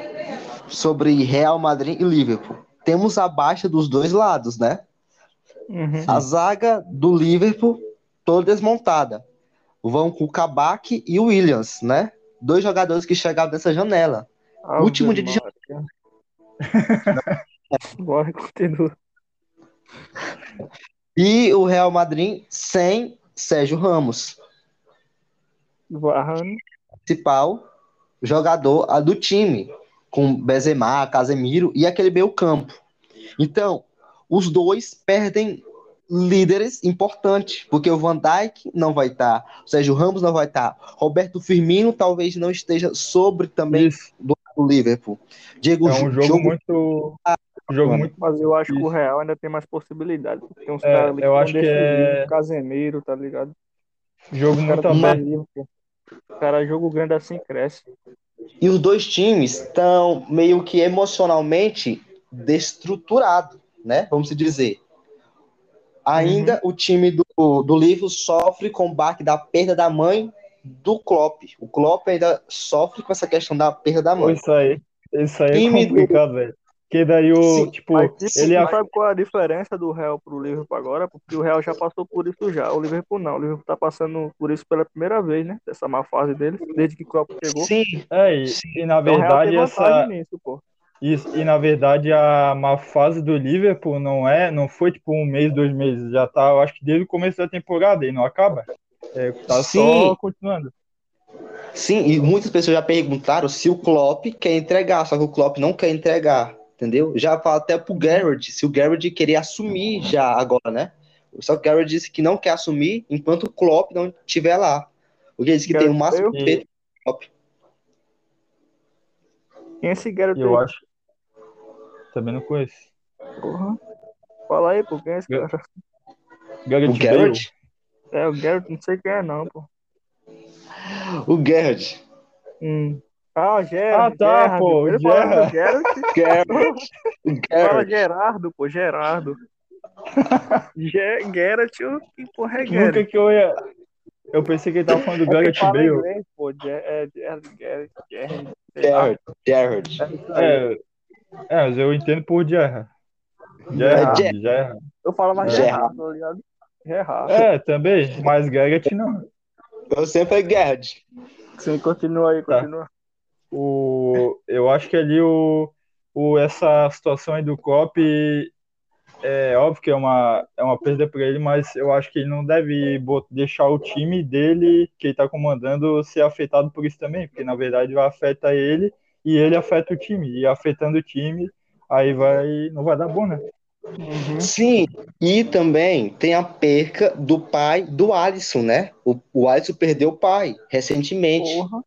C: sobre Real Madrid e Liverpool. Temos a baixa dos dois lados, né?
B: Uhum.
C: A zaga do Liverpool toda desmontada. Vão com o Kabak e o Williams, né? Dois jogadores que chegaram nessa janela.
B: Ave
C: Último dia de
B: Maria. Bora, continua.
C: E o Real Madrid sem Sérgio Ramos,
B: Varrando.
C: principal jogador ah, do time, com Benzema, Casemiro e aquele meio-campo. Então, os dois perdem líderes importantes, porque o Van Dijk não vai estar, o Sérgio Ramos não vai estar, Roberto Firmino talvez não esteja sobre também
A: Isso.
C: o Liverpool. Diego
A: É um jogo,
C: Jota-
A: muito. Um jogo
C: mano.
A: muito.
B: Mas eu acho que o
A: Isso.
B: Real ainda tem mais possibilidade. porque Tem uns
A: É,
B: caras ali
A: eu
B: tão
A: acho que é-
B: decididos, Casemiro, tá ligado?
A: Jogo
B: Os caras
A: muito
B: tão
A: aberto.
B: mais livres, pô. Cara, jogo grande assim cresce.
C: E os dois times estão meio que emocionalmente destruturados, né? Vamos se dizer. Ainda o time do, do Liverpool sofre com o baque da perda da mãe do Klopp. O Klopp ainda sofre com essa questão da perda da
A: Pô,
C: mãe.
A: Isso aí, isso aí é
C: Time do-
A: complicado, velho. Porque daí o,
C: Sim,
A: tipo,
B: Mas tipo,
A: ele
B: tu
A: é
B: sabe qual é a diferença do Real pro Liverpool agora? Porque o Real já passou por isso já. O Liverpool não. O Liverpool tá passando por isso pela primeira vez, né? Dessa má fase dele, desde que o Klopp chegou.
C: Sim,
A: é, e, e na
B: Então, o Real tem
A: verdade é essa
B: vantagem nisso, pô.
A: isso, e na verdade a má fase do Liverpool não é, não foi tipo um mês, dois meses, já tá, eu acho que desde o começo da temporada e não acaba. É, tá só
C: Sim.
A: continuando.
C: sim. E muitas pessoas já perguntaram se o Klopp quer entregar, só que o Klopp não quer entregar, entendeu? Já fala até pro Garrett, se o Garrett queria assumir já agora, né? Só que o Garrett disse que não quer assumir enquanto o Klopp não estiver lá. Porque ele disse que tem o
B: Gareth
C: máximo
A: Bale?
C: respeito do Klopp.
B: Quem é esse Gareth
A: E eu
B: aí?
A: acho também não conheço.
B: Porra. Fala aí, pô. Quem é esse cara?
A: Gareth
C: O
A: Bale,
C: Garrett?
B: É, o Garrett, não sei quem é, não, pô.
C: O Gerrard.
B: Hum. Ah, Gerard.
A: Ah, tá,
B: Gerard.
A: pô,
B: Ele
A: Gerard.
B: fala do Gerard.
C: Gerrard. O
B: Fala
A: É.
C: Gerrard.
B: Gerardo, pô, Gerardo. Ge Gerard, o que porra é Gerard?
A: Nunca que eu ia. Eu pensei que ele tava falando do
B: É
A: Gareth
B: que fala
A: Bale.
B: inglês, pô. Ge- É, Gerard, Gerard, Gerard. sei lá.
C: Gerrard. Gerrard.
A: É, é, mas eu entendo por Gerrard. Gerrard,
C: É,
A: Gerrard.
B: Eu falo mais
C: Gerard.
B: Gerardo, tá ligado? Gerardo.
A: É, também, mas Gareth não.
C: Eu sempre é Gerrard.
B: Sim, continua aí,
A: É. Tá.
B: continua.
A: O, eu acho que ali o, o, essa situação aí do Klopp é óbvio que é uma, é uma perda para ele, mas eu acho que ele não deve bot- deixar o time dele, que ele está comandando, ser afetado por isso também, porque na verdade afeta ele e ele afeta o time, e afetando o time, aí vai, não vai dar bom, né?
C: Uhum. Sim, e também tem a perca do pai do Alisson, né? O, o Alisson perdeu o pai recentemente,
B: Porra,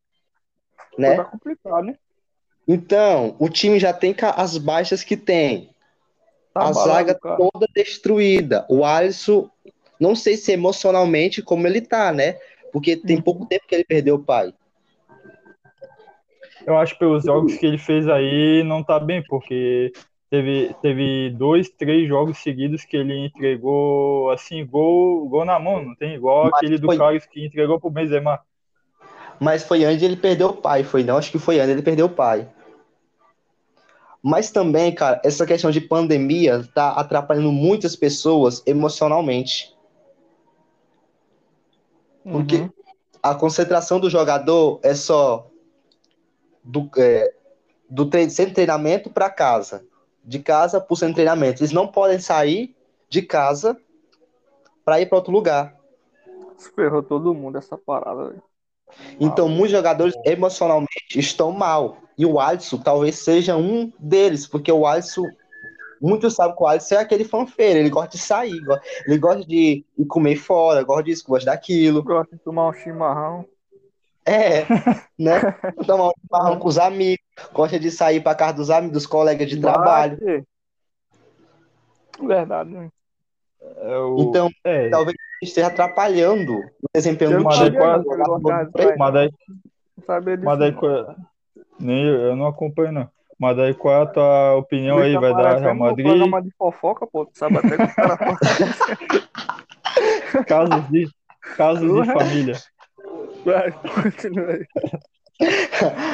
C: né?
B: tá complicado, né?
C: Então, o time já tem ca- as baixas que tem.
B: Tá
C: a
B: abalado,
C: zaga
B: cara.
C: toda destruída. O Alisson, não sei se emocionalmente como ele tá, né? Porque
B: Uhum.
C: tem pouco tempo que ele perdeu o pai.
A: Eu acho que pelos jogos que ele fez aí não tá bem, porque teve, teve dois, três jogos seguidos que ele entregou assim, gol, gol na mão, não tem? Igual
C: Mas
A: aquele do
C: foi-
A: Carlos que entregou pro Benzema.
C: Mas foi antes de ele perder o pai, foi não? Acho que foi antes de ele perder o pai. Mas também, cara, essa questão de pandemia tá atrapalhando muitas pessoas emocionalmente. Porque
B: Uhum.
C: a concentração do jogador é só do, é, do trein- centro de treinamento para casa. De casa para o centro de treinamento. Eles não podem sair de casa para ir para outro lugar.
B: Uhum. Ferrou todo mundo essa parada, velho.
C: Então, muitos jogadores emocionalmente estão mal. E o Alisson talvez seja um deles, porque o Alisson. Muitos sabem que o Alisson é aquele fanfeiro, ele gosta de sair, go- ele gosta de ir comer fora, gosta disso, gosta daquilo.
B: Gosto de tomar um chimarrão.
C: É, né? Tomar um chimarrão com os amigos, gosta de sair pra casa dos amigos, dos colegas de trabalho.
B: Bate. é, Verdade, né?
A: É o-
C: Então,
A: é,
C: talvez esteja atrapalhando o desempenho
B: Eu não
C: do
A: mas aí
C: time.
A: quase-
B: sabia não, que ele gostava de sair,
A: mas daí,
B: não sabia disso.
A: mas daí
B: não.
A: qual- nem eu, eu não acompanho, não. Mas daí qual é a tua opinião aí?
B: Ele tá
A: Vai dar Real
B: parecendo um
A: Madrid,
B: programa de fofoca, pô. Tu sabe até que os caras falam.
C: tá
A: casos de, casos de família.
B: Vai, continua aí.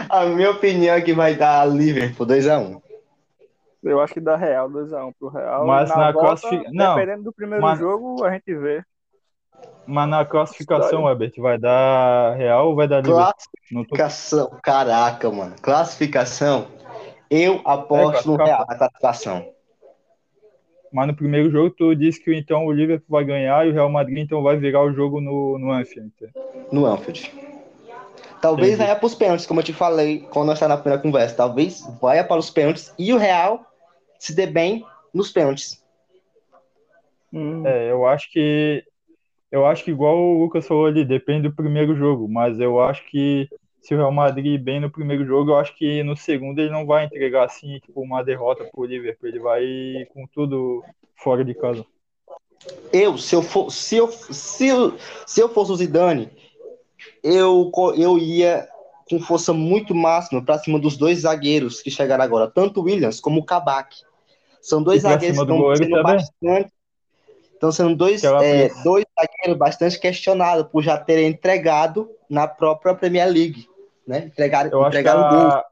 C: A minha opinião é que vai dar Liverpool 2x1.
B: Eu acho que dá Real, 2x1 pro Real.
A: Mas
B: E
A: na
B: volta,
A: classific- não,
B: Dependendo do primeiro
A: mas-
B: jogo, a gente vê.
A: Mas na classificação, Herbert, vai dar Real ou vai dar Liverpool? Não tô
C: Classificação, caraca, mano. Classificação, eu aposto no
A: É, classificação.
C: Real na classificação.
A: Mas no primeiro jogo tu disse que então o Liverpool vai ganhar e o Real Madrid então vai virar o jogo no, no Anfield.
C: No Anfield. Talvez
A: Entendi.
C: vá para os pênaltis, como eu te falei quando nós estávamos na primeira conversa. Talvez vá para os pênaltis e o Real se dê bem nos pênaltis.
B: Hum,
A: É, eu acho que eu acho que igual o Lucas falou ali, depende do primeiro jogo, mas eu acho que se o Real Madrid ir bem no primeiro jogo, eu acho que no segundo ele não vai entregar assim, tipo, uma derrota pro Liverpool, ele vai com tudo fora de casa.
C: Eu, se eu for, se eu, se eu, se eu fosse o Zidane, eu, co- eu ia com força muito máxima para cima dos dois zagueiros que chegaram agora, tanto o Williams como o Kabak. São dois
A: E pra
C: zagueiros que
A: cima do
C: estão
A: goleiro
C: sendo
A: também.
C: bastante. Estão sendo dois,
A: Que ela
C: é, dois zagueiros bastante questionados por já terem entregado na própria Premier League. Né? Entregaram,
A: Eu acho que
C: entregaram gol.
A: a,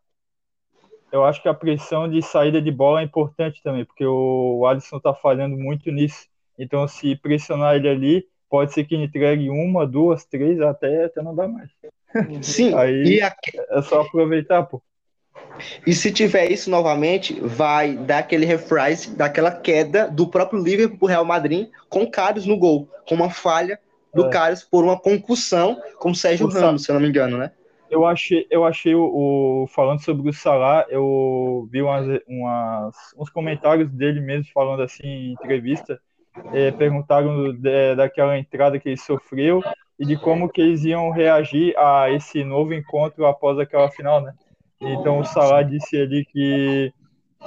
A: eu acho que a pressão de saída de bola é importante também, porque o Alisson tá falhando muito nisso. Então, se pressionar ele ali, pode ser que ele entregue uma, duas, três, até, até não dá mais.
C: Sim,
A: Aí-
C: e, a-
A: É só aproveitar, pô.
C: e se tiver isso novamente, vai dar aquele reprise daquela queda do próprio Liverpool pro Real Madrid com o Carlos no gol, com uma falha do
A: É.
C: Carlos por uma concussão com o Sérgio
A: O Sa-
C: Ramos, se eu não me engano, né?
A: Eu achei, eu achei o, o- falando sobre o Salah, eu vi umas, umas- uns comentários dele mesmo falando assim em entrevista, eh, perguntaram de- daquela entrada que ele sofreu e de como que eles iam reagir a esse novo encontro após aquela final, né? Então o Salah disse ali que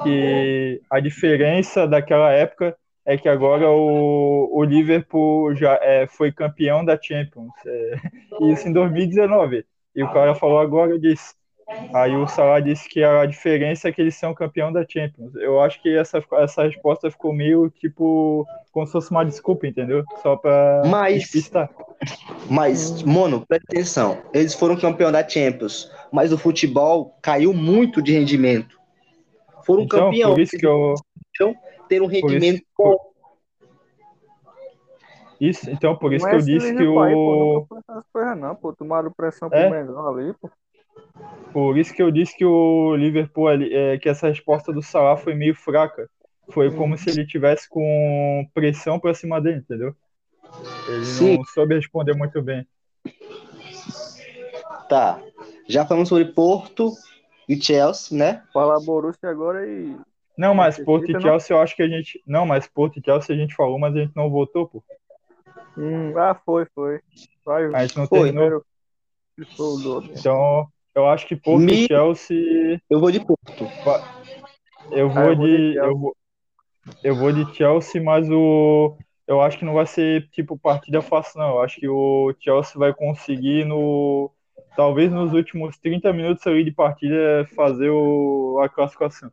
A: que a diferença daquela época é que agora o, o Liverpool já é, foi campeão da Champions. É, isso em 2019. E o cara falou agora disso. Aí o Salah disse que a diferença é que eles são campeão da Champions. Eu acho que essa, essa resposta ficou meio tipo como se fosse uma desculpa, entendeu? Só pra
C: Mas-
A: despistar.
C: Mas, mano, presta atenção. Eles foram campeão da Champions, mas o futebol caiu muito de rendimento. Foram
A: Então,
C: campeão,
A: por isso que eu.
C: ter um
A: por isso-
C: rendimento.
A: Isso, então, por isso
B: Não
A: que
B: é
A: eu disse
B: esse
A: que
B: Pai, pô,
A: o.
B: nunca foi essas coisas não, pô. Tomaram pressão
A: É?
B: pro Mengão ali, pô.
A: Por isso que eu disse que o Liverpool, ali- é, que essa resposta do Salah foi meio fraca. Foi como se ele tivesse com pressão pra cima dele, entendeu? Ele
C: Sim.
A: não soube responder muito bem.
C: Tá. Já falamos sobre Porto e Chelsea, né?
B: Falar Borussia agora e.
A: Não, mas
B: Você
A: Porto
B: fica,
A: e
B: não?
A: Chelsea eu acho que a gente. Não, mas Porto e Chelsea a gente falou, mas a gente não votou, pô.
B: Hum, ah, foi, foi. Vai,
A: A gente não
C: Foi.
A: terminou.
B: primeiro. Sou o dono.
A: Então, eu acho que Porto
C: Me-
A: e Chelsea.
C: Eu vou de Porto.
A: Eu vou
B: Ah, eu vou de
A: de.
B: Chelsea.
A: eu, vou, eu vou de Chelsea, mas o. Eu acho que não vai ser tipo partida fácil, não. Eu acho que o Chelsea vai conseguir no. Talvez nos últimos 30 minutos ali de partida fazer o, a classificação.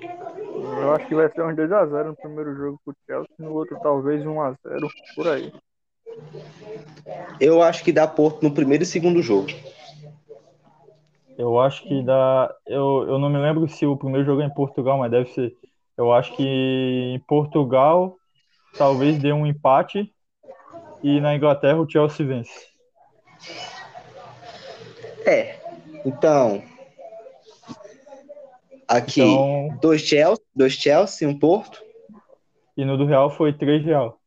B: Eu acho que vai ser uns 2x0 no primeiro jogo pro Chelsea, no outro talvez 1x0, por aí.
C: Eu acho que dá Porto no primeiro e segundo jogo.
A: Eu acho que dá. Eu, eu não me lembro se o primeiro jogo é em Portugal, mas deve ser. Eu acho que em Portugal talvez dê um empate e na Inglaterra o Chelsea vence.
C: É. Então. Aqui,
A: Então,
C: dois Chelsea, dois Chelsea, um Porto.
A: e no do Real foi 3 real.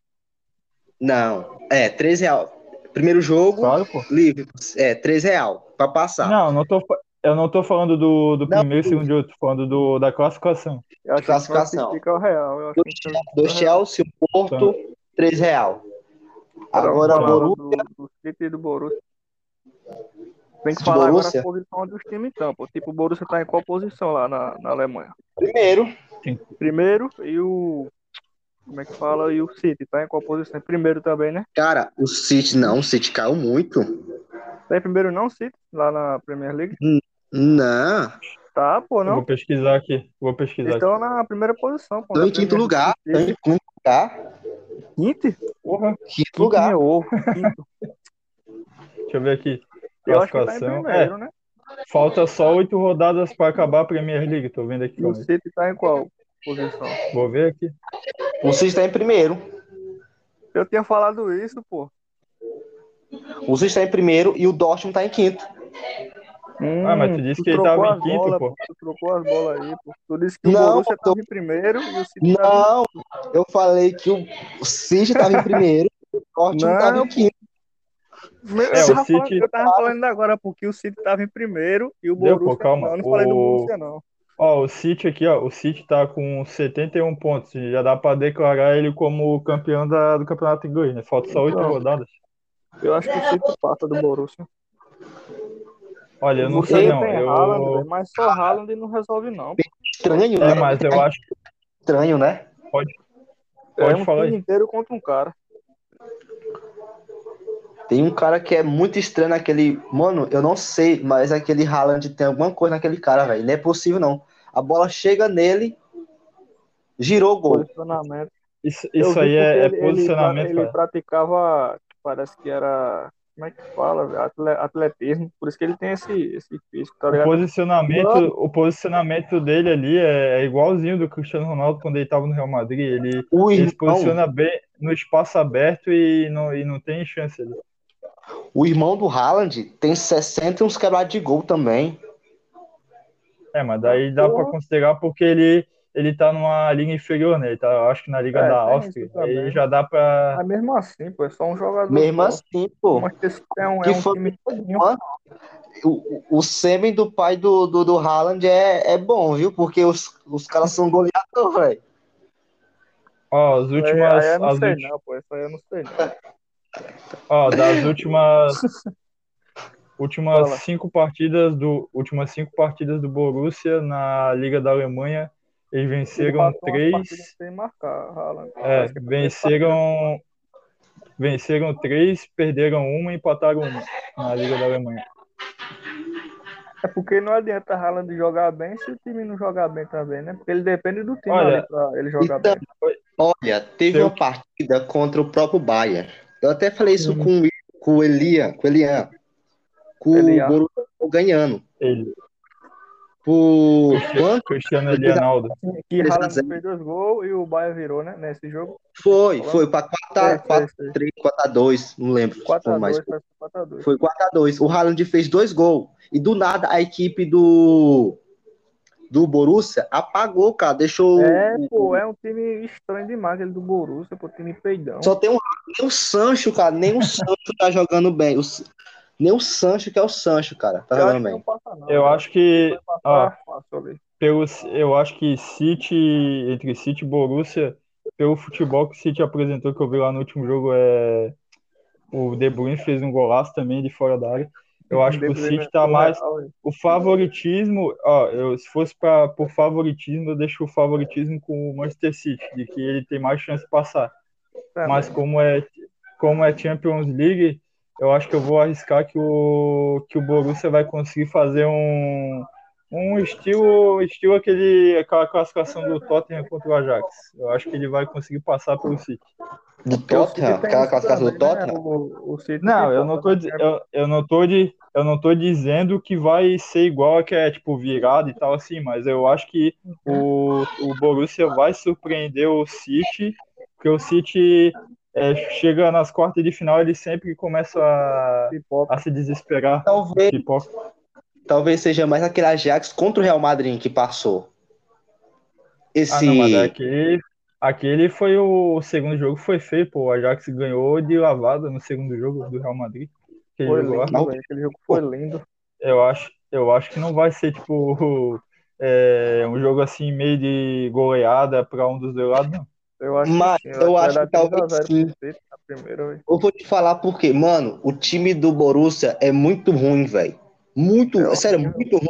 C: Não. É, três real. Primeiro jogo,
A: Claro, pô.
C: livre. É, três real. Pra
B: Tá.
C: passar.
A: Não, não tô, fa- eu não tô falando do, do
C: Não,
A: primeiro e
C: sim.
A: segundo de outro, tô falando do, da classificação.
B: Eu acho
C: Classificação.
B: que a gente vai classificar o Real. Eu acho
C: Dois
B: que a gente vai
C: Dois
B: classificar o
C: Chelsea, um Porto, três real.
B: Real.
C: Agora,
B: Fala
C: Boru-
B: Do, do City e do Borussia. Tem que
C: Do
B: falar agora
C: Borussia?
B: a posição dos times, então, pô. Tipo, o Borussia tá em qual posição lá na, na Alemanha?
C: primeiro.
B: Primeiro e o... Como é que fala? E o City tá em qual posição? Primeiro também, né?
C: Cara, o City não, o City caiu muito.
B: Tá em primeiro não, City? Lá na Premier League?
C: Não,
B: Tá, pô,
A: Eu
B: não? Então-
A: vou pesquisar aqui, vou
B: Eles
A: pesquisar aqui.
B: estão na primeira posição, pô.
C: tô
B: na
C: em quinto
B: Premier
C: lugar. Tô em quinto lugar.
B: League. Quinto?
A: Porra,
C: Quinto
B: Quinto
C: lugar.
B: meu ovo, quinto.
A: deixa eu ver aqui.
B: Eu acho que tá em
A: Classificação. É,
B: primeiro, né?
A: Falta só oito rodadas pra acabar a Premier League, tô vendo aqui.
B: E o
A: calma aí.
B: City tá em qual posição?
A: Vou ver aqui.
C: O City tá em primeiro.
B: Eu tinha falado isso, pô.
C: O City tá em primeiro e o Dortmund tá em quinto.
A: Ah, mas tu disse que ele
B: Hum, trocou
A: tava em
B: as
A: quinto,
B: bolas,
A: pô.
B: Tu trocou as bolas aí, pô. Tu disse que o
C: Não,
B: Borussia
C: tô-
B: tava em primeiro e o City tava
C: Não, eu falei que o City tava em primeiro e o Dortmund
B: Não.
C: tava em quinto.
B: em primeiro.
A: É,
B: eu,
A: o
B: tava
A: City-
B: falando, eu tava falando agora, porque o City tava em primeiro e o
A: Deu,
B: Borussia
A: pô, calma.
B: não. Eu não falei do
A: O-
B: Borussia, não.
A: Ó, o City aqui, ó, o City tá com 71 pontos, e já dá pra declarar ele como campeão da, do Campeonato Inglês, né? Falta só oito
B: Então.
A: rodadas.
B: Eu acho que o City passa do Borussia.
A: Olha, eu não
B: O
A: sei
B: City
A: não,
B: tem
A: eu...
B: Haaland, velho, mas só Haaland não resolve, não. pô.
C: Estranho,
A: É,
C: né?
A: mas eu acho que
C: Estranho, né?
B: É
A: pode
B: um
A: falar aí.
B: time inteiro contra um cara.
C: Tem um cara que é muito estranho naquele. Mano, eu não sei, mas aquele Haaland tem alguma coisa naquele cara, velho. Não é possível, não. A bola chega nele, girou o gol.
B: Posicionamento.
A: Isso,
B: Eu
A: isso
B: vi
A: aí é,
B: porque
A: é
B: ele- ele-
A: posicionamento,
B: Ele, tá
A: cara.
B: praticava, parece que era, como é que fala, velho? Atle- atletismo. Por isso que ele tem esse, esse físico, tá
A: O
B: ligado?
A: posicionamento,
B: Mano.
A: o posicionamento dele ali é, é igualzinho do Cristiano Ronaldo quando ele estava no Real Madrid. Ele,
C: O
A: ele se
B: Então.
C: irmão,
A: posiciona bem no espaço aberto e não, e não tem chance. ali.
C: o irmão do Haaland tem 60 e uns quebrados de gol também.
A: É, mas daí dá para
B: Porra.
A: considerar porque ele ele tá numa liga inferior, né? Ele tá, eu acho que na liga
B: É,
A: da
B: tem
A: Áustria.
B: isso também.
A: Aí já dá para.
B: Mas mesmo assim, pô, é só um jogador.
C: Mesmo
B: só.
C: assim, pô.
B: Mas esse é um, é
C: Que
B: um
C: foi-
B: time todinho.
C: O, o- o sêmen do pai do, do, do Haaland é, é bom, viu? Porque os, os caras são goleador, velho.
A: Ó, as
B: Aí,
A: últimas,
B: É, aí eu não
A: as
B: sei né?
A: ulti-
B: não, pô. Isso aí eu não sei não.
A: Ó, das últimas últimas
B: Fala.
A: cinco partidas do últimas cinco partidas do Borussia na Liga da Alemanha, Eles venceram três.
B: Sem marcar, Haaland.
A: É,
B: Parece que foi
A: venceram. Venceram três, perderam uma e empataram uma na Liga da Alemanha.
B: É porque não adianta Haaland jogar bem se o time não jogar bem também, né? Porque ele depende do time
A: Olha,
B: ali pra ele jogar
C: então,
B: bem.
C: Olha, teve
A: Seu-
C: uma partida contra o próprio Bayern. Eu até falei isso
B: Hum.
C: com, o- com o Elian, com o Elian, com
B: Elian.
C: o Borussia ganhando.
A: Ele,
C: Por quanto
A: Cristiano Elianaldo.
B: Que
C: Três a
B: Haaland
C: zero.
B: fez dois gols e o Bayern virou, né? Nesse jogo.
C: foi? Foi para
B: É,
C: 4x3, 4x2, não lembro. 4 mais.
B: 4x2, 4x2.
C: Foi 4x2. O Haaland fez dois gols. E do nada a equipe do, do Borussia apagou, cara. Deixou.
B: É,
C: o-
B: pô, é um time estranho demais, aquele do Borussia, pô, time peidão.
C: Só tem um, nem o Sancho, cara. Nem o Sancho tá jogando bem. O S- nem o Sancho, que é o Sancho, cara. Tá
B: Eu acho que
C: jogando
B: não
C: bem.
B: passa, não,
A: Eu
B: cara.
A: acho que.
B: Vai
A: ó,
B: passar fácil ali.
A: pelo, eu acho que City, entre City e Borussia, pelo futebol que o City apresentou, que eu vi lá no último jogo, é o De Bruyne fez um golaço também de fora da área. Eu acho que o
B: Dependendo,
A: City tá
B: né,
A: mais.
B: Haaland.
A: O favoritismo, ó, eu, se fosse pra, por favoritismo, eu deixo o favoritismo com o Manchester City, de que ele tem mais chance de passar.
B: Tá,
A: Mas como é, como é Champions League, eu acho que eu vou arriscar que o, que o Borussia vai conseguir fazer um, um estilo, estilo aquele, aquela classificação do Tottenham contra o Ajax. Eu acho que ele vai conseguir passar pelo City.
C: Do
B: Porque é o City
C: Tottenham?
B: tem
C: Aquela
B: isso
C: classificação do
B: também, né?
C: Tottenham?
B: O- o City
A: Não,
B: tem
A: eu não tô,
B: Tottenham,
A: di-
B: né?
A: eu, eu não tô de, eu não tô dizendo que vai ser igual a que é tipo virado e tal assim, mas eu acho que o, o Borussia vai surpreender o City, porque o City é, chega nas quartas de final ele sempre começa a,
B: Pipoca.
A: a se desesperar. Tipo, ah,
C: Talvez,
A: Pipoca.
C: talvez seja mais aquele Ajax contra o Real Madrid que passou.
A: Ah,
C: Esse.
B: Ah,
A: não, mas aquele, aquele foi o, o segundo jogo foi feio, pô. O Ajax ganhou de lavada no segundo jogo do Real Madrid. Aquele
B: Foi
A: jogo lá.
B: lindo, velho. Aquele jogo foi lindo.
A: Eu acho, eu acho que não vai ser tipo é, um jogo assim meio de goleada para um dos dois lados, não.
B: Eu acho
C: Mas
B: que sim,
C: eu
B: vai
C: acho
B: dar
C: que
B: 3
C: talvez
B: a 0 pro
C: sim.
B: City na primeira, velho.
C: Eu vou te falar por quê. Mano, o time do Borussia é muito ruim, velho. Muito,
B: É
C: sério,
B: horrível.
C: muito ruim.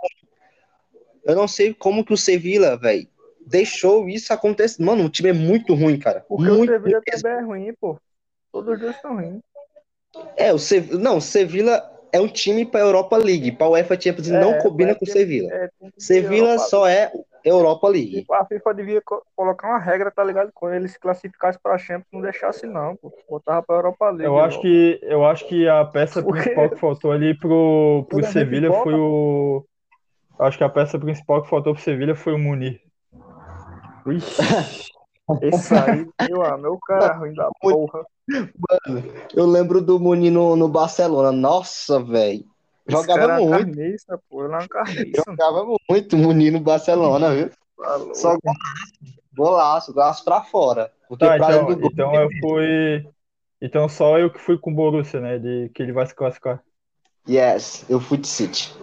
C: Eu não sei como que o Sevilla, velho, deixou isso acontecer. Mano, o time é muito ruim, cara.
B: Porque
C: muito
B: o Sevilla
C: mesmo.
B: também é ruim, pô. Todos os dois são ruins.
C: É, o Sevilla, não, o Sevilla é um time pra Europa League, pra UEFA Champions League, não
B: É,
C: combina
B: mas
C: com o
B: tem-
C: Sevilla.
B: É, tem que-
C: Sevilla
B: Europa-
C: só é Europa League.
B: tipo, A FIFA devia co- colocar uma regra, tá ligado? Quando eles se classificassem pra Champions, não deixasse não, pô. Botava pra Europa League.
A: Eu acho
B: logo.
A: que, eu acho que a peça
B: Porque-
A: principal que faltou ali pro, pro
B: Toda vez que
A: Sevilha
B: volta-
A: foi o. Acho que a peça principal que faltou pro Sevilha foi o Munir.
B: Esse aí, meu amigo, o cara é ruim da porra.
C: Eu lembro do Muni no, no Barcelona. Nossa, velho.
B: Esse
C: Jogava
B: cara é uma
C: muito,
B: carniça, pô. Ele é uma carniça.
C: jogava muito o Muni no Barcelona, viu?
B: tá louco.
C: Só Golaço, golaço pra fora. Porque
A: Tá,
B: é
C: pra
A: então,
C: dentro do gol.
A: então eu fui. Então só eu que fui com o Borussia, né? De que ele vai se classificar.
C: Yes, eu fui de City.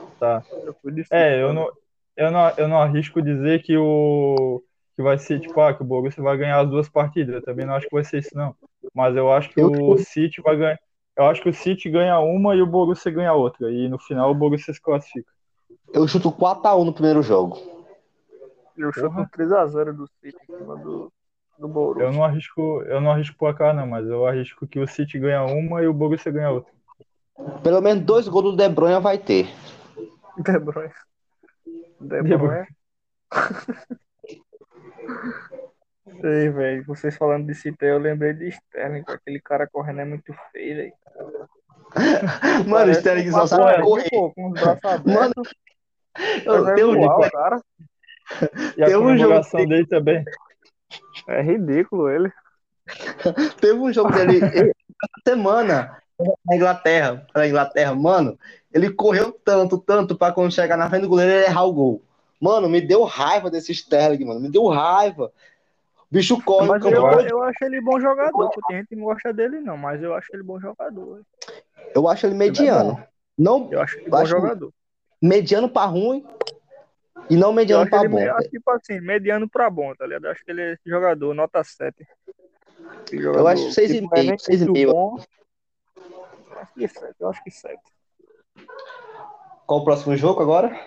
B: Eu fui de
A: É, eu não, eu não, eu não arrisco dizer que o que vai ser tipo, ah, que o Borussia vai ganhar as duas partidas. Eu também não acho que vai ser isso não. Mas eu acho que
C: Eu-
A: o City vai ganhar. Eu acho que o City ganha uma e o Borussia ganha outra. E no final o Borussia se classifica.
C: Eu chuto 4x1 no primeiro jogo.
B: Eu chuto
A: Porra.
B: um 3x0 do City em cima do, do Borussia.
A: Eu não arrisco, eu não arrisco placar não, mas eu arrisco que o City ganha uma e o Borussia ganha outra.
C: Pelo menos dois gols do De Bruyne vai ter.
B: De Bruyne. De
A: De
B: Bruyne. Ei, velho, vocês falando de City, aí, eu lembrei de Sterling, com aquele cara correndo é muito feio, velho.
C: Mano, o
B: Parece
C: Sterling
B: um
C: só sabe
B: passarinho,
C: correr.
B: pô, com os braços abertos.
C: Mano, Eu
B: mas é
C: tenho um
B: igual,
C: jogo.
B: cara.
A: E a
C: Tem um jogo
A: comemoração dele também.
B: É ridículo ele.
C: Teve um jogo dele ele- essa semana na Inglaterra, pra Inglaterra, mano. Ele correu tanto, tanto pra quando chegar na frente do goleiro ele errar o gol. Mano, me deu raiva desse Sterling, mano. Me deu raiva. O bicho corre no
B: Mas
C: campo.
B: eu,
A: acho-
B: eu acho ele bom jogador, porque tem gente que não gosta dele, não, mas eu acho ele bom jogador. velho.
C: Eu acho ele
A: É
C: mediano. Não
B: Eu acho ele bom
C: Acho-
B: jogador.
C: mediano pra ruim e não
B: Eu
C: mediano
B: acho
C: pra
B: ele
C: bom.
B: meio, tipo assim, mediano pra bom, tá ligado? Eu acho que ele é esse jogador, nota 7. Esse jogador,
C: Eu acho seis e
B: tipo, não é
C: meio,
B: nem
C: seis e
B: muito
C: meio.
B: bom. Eu acho que 7, eu acho que 7.
C: Qual o próximo jogo agora?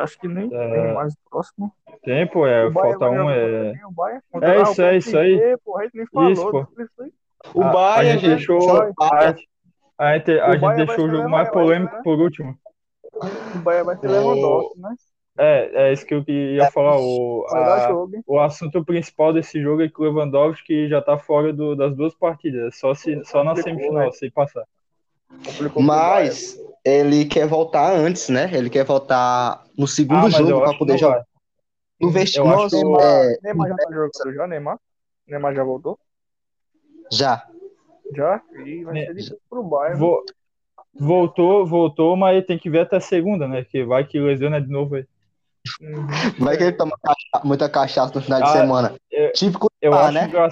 B: Acho que nem
A: É.
B: tem mais próximo.
A: Tempo é,
B: O Bahia
A: falta
B: vai
A: um
B: jogar
A: é.
B: também, o Bahia.
A: É isso, é isso aí.
B: Contra- Ah, o PSG, Porra, a gente nem falou.
A: Isso, pô.
B: disso aí.
C: O
A: Ah,
C: né?
A: A-
C: Bahia,
A: a gente
C: gente.
A: deixou-
C: só
A: A
C: empata.
A: gente, a gente, a
B: O
A: gente
B: Bahia vai
A: deixou o
B: ser
A: jogo
B: levan-
A: mais
B: vai
A: polêmico
B: ser-
A: por último.
B: O Bahia vai ser Lewandowski, né?
A: É, é isso que eu ia falar. O,
B: Vai dar
C: Ah.
A: a-
B: jogo, hein?
A: o assunto principal desse jogo é que o Lewandowski já tá fora do- das duas partidas, só, se, só na
B: né?
A: semifinal, se passar.
B: Complicou pro Bahia.
C: Mas ele quer voltar antes, né? Ele quer voltar no segundo
A: Ah, mas eu
C: jogo
A: acho
C: para
A: que
C: poder
A: não
C: jogar.
A: vai.
C: No
A: Eu
C: vestibular,
A: acho que o-
C: é,
B: Neymar já tá jogando já, Neymar? Neymar já voltou?
C: já.
B: Já? E vai ser
A: Ne-
B: difícil pro Bahia. viu?
A: Vo- voltou, voltou, mas tem que ver até segunda, né? Que vai que lesiona de novo aí.
B: Uhum.
C: Vai que ele toma cacha- muita cachaça no final de
A: Ah,
C: semana.
A: eu-
C: Típico
A: Eu
C: Ah,
A: acho
C: né?
A: engra-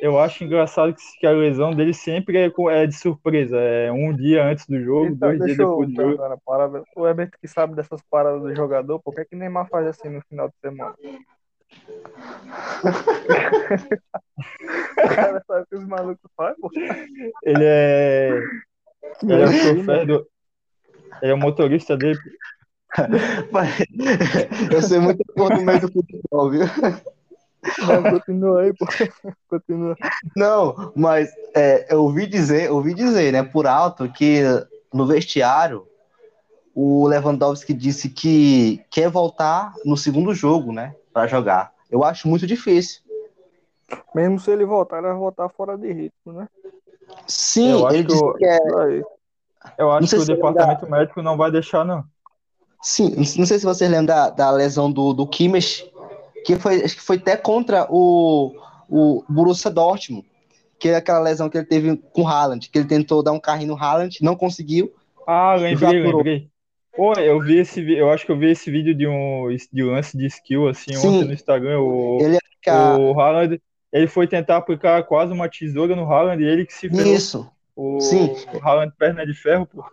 A: Eu acho engraçado que se- que a lesão dele sempre é, com- é de surpresa. É um dia antes do jogo,
B: Então,
A: dois dias
B: deixa eu
A: depois do
B: dar
A: jogo.
B: uma parada. O Herbert que sabe dessas paradas do jogador, por que, que Neymar faz assim no final de semana? o cara sabe o que os malucos fazem, pô.
A: Ele é. Ele é,
C: né?
A: chofer do- ele é o motorista dele.
C: Eu sei muito pouco do meio do futebol, viu?
B: Não, continua aí, pô. Continua.
C: Não, mas é, eu ouvi dizer, ouvi dizer, né, por alto, que no vestiário o Lewandowski disse que quer voltar no segundo jogo, né, para jogar. Eu acho muito difícil.
B: Mesmo se ele voltar, ele vai voltar fora de ritmo, né?
C: Sim,
A: Eu acho
C: ele
A: que
C: disse
A: o-
C: que é.
B: Isso aí.
A: Eu acho
C: sei
A: que o
C: se ele
A: departamento médico não vai deixar, não.
C: Sim, não sei se vocês lembram da, da lesão do, do Kimmich, que foi, acho que foi até contra o, o Borussia Dortmund, que é aquela lesão que ele teve com o Haaland, que ele tentou dar um carrinho no Haaland, não conseguiu.
A: Ah, lembrei,
C: Evaporou.
A: lembrei. Pô, eu vi esse, vi- eu acho que eu vi esse vídeo de um de um lance de skill assim
C: Sim.
A: ontem no Instagram. O,
C: Ele ia ficar...
A: o Haaland, ele foi tentar aplicar quase uma tesoura no Haaland e ele que se ferrou.
C: Isso.
A: O,
C: Sim.
A: o Haaland perna de ferro, pô.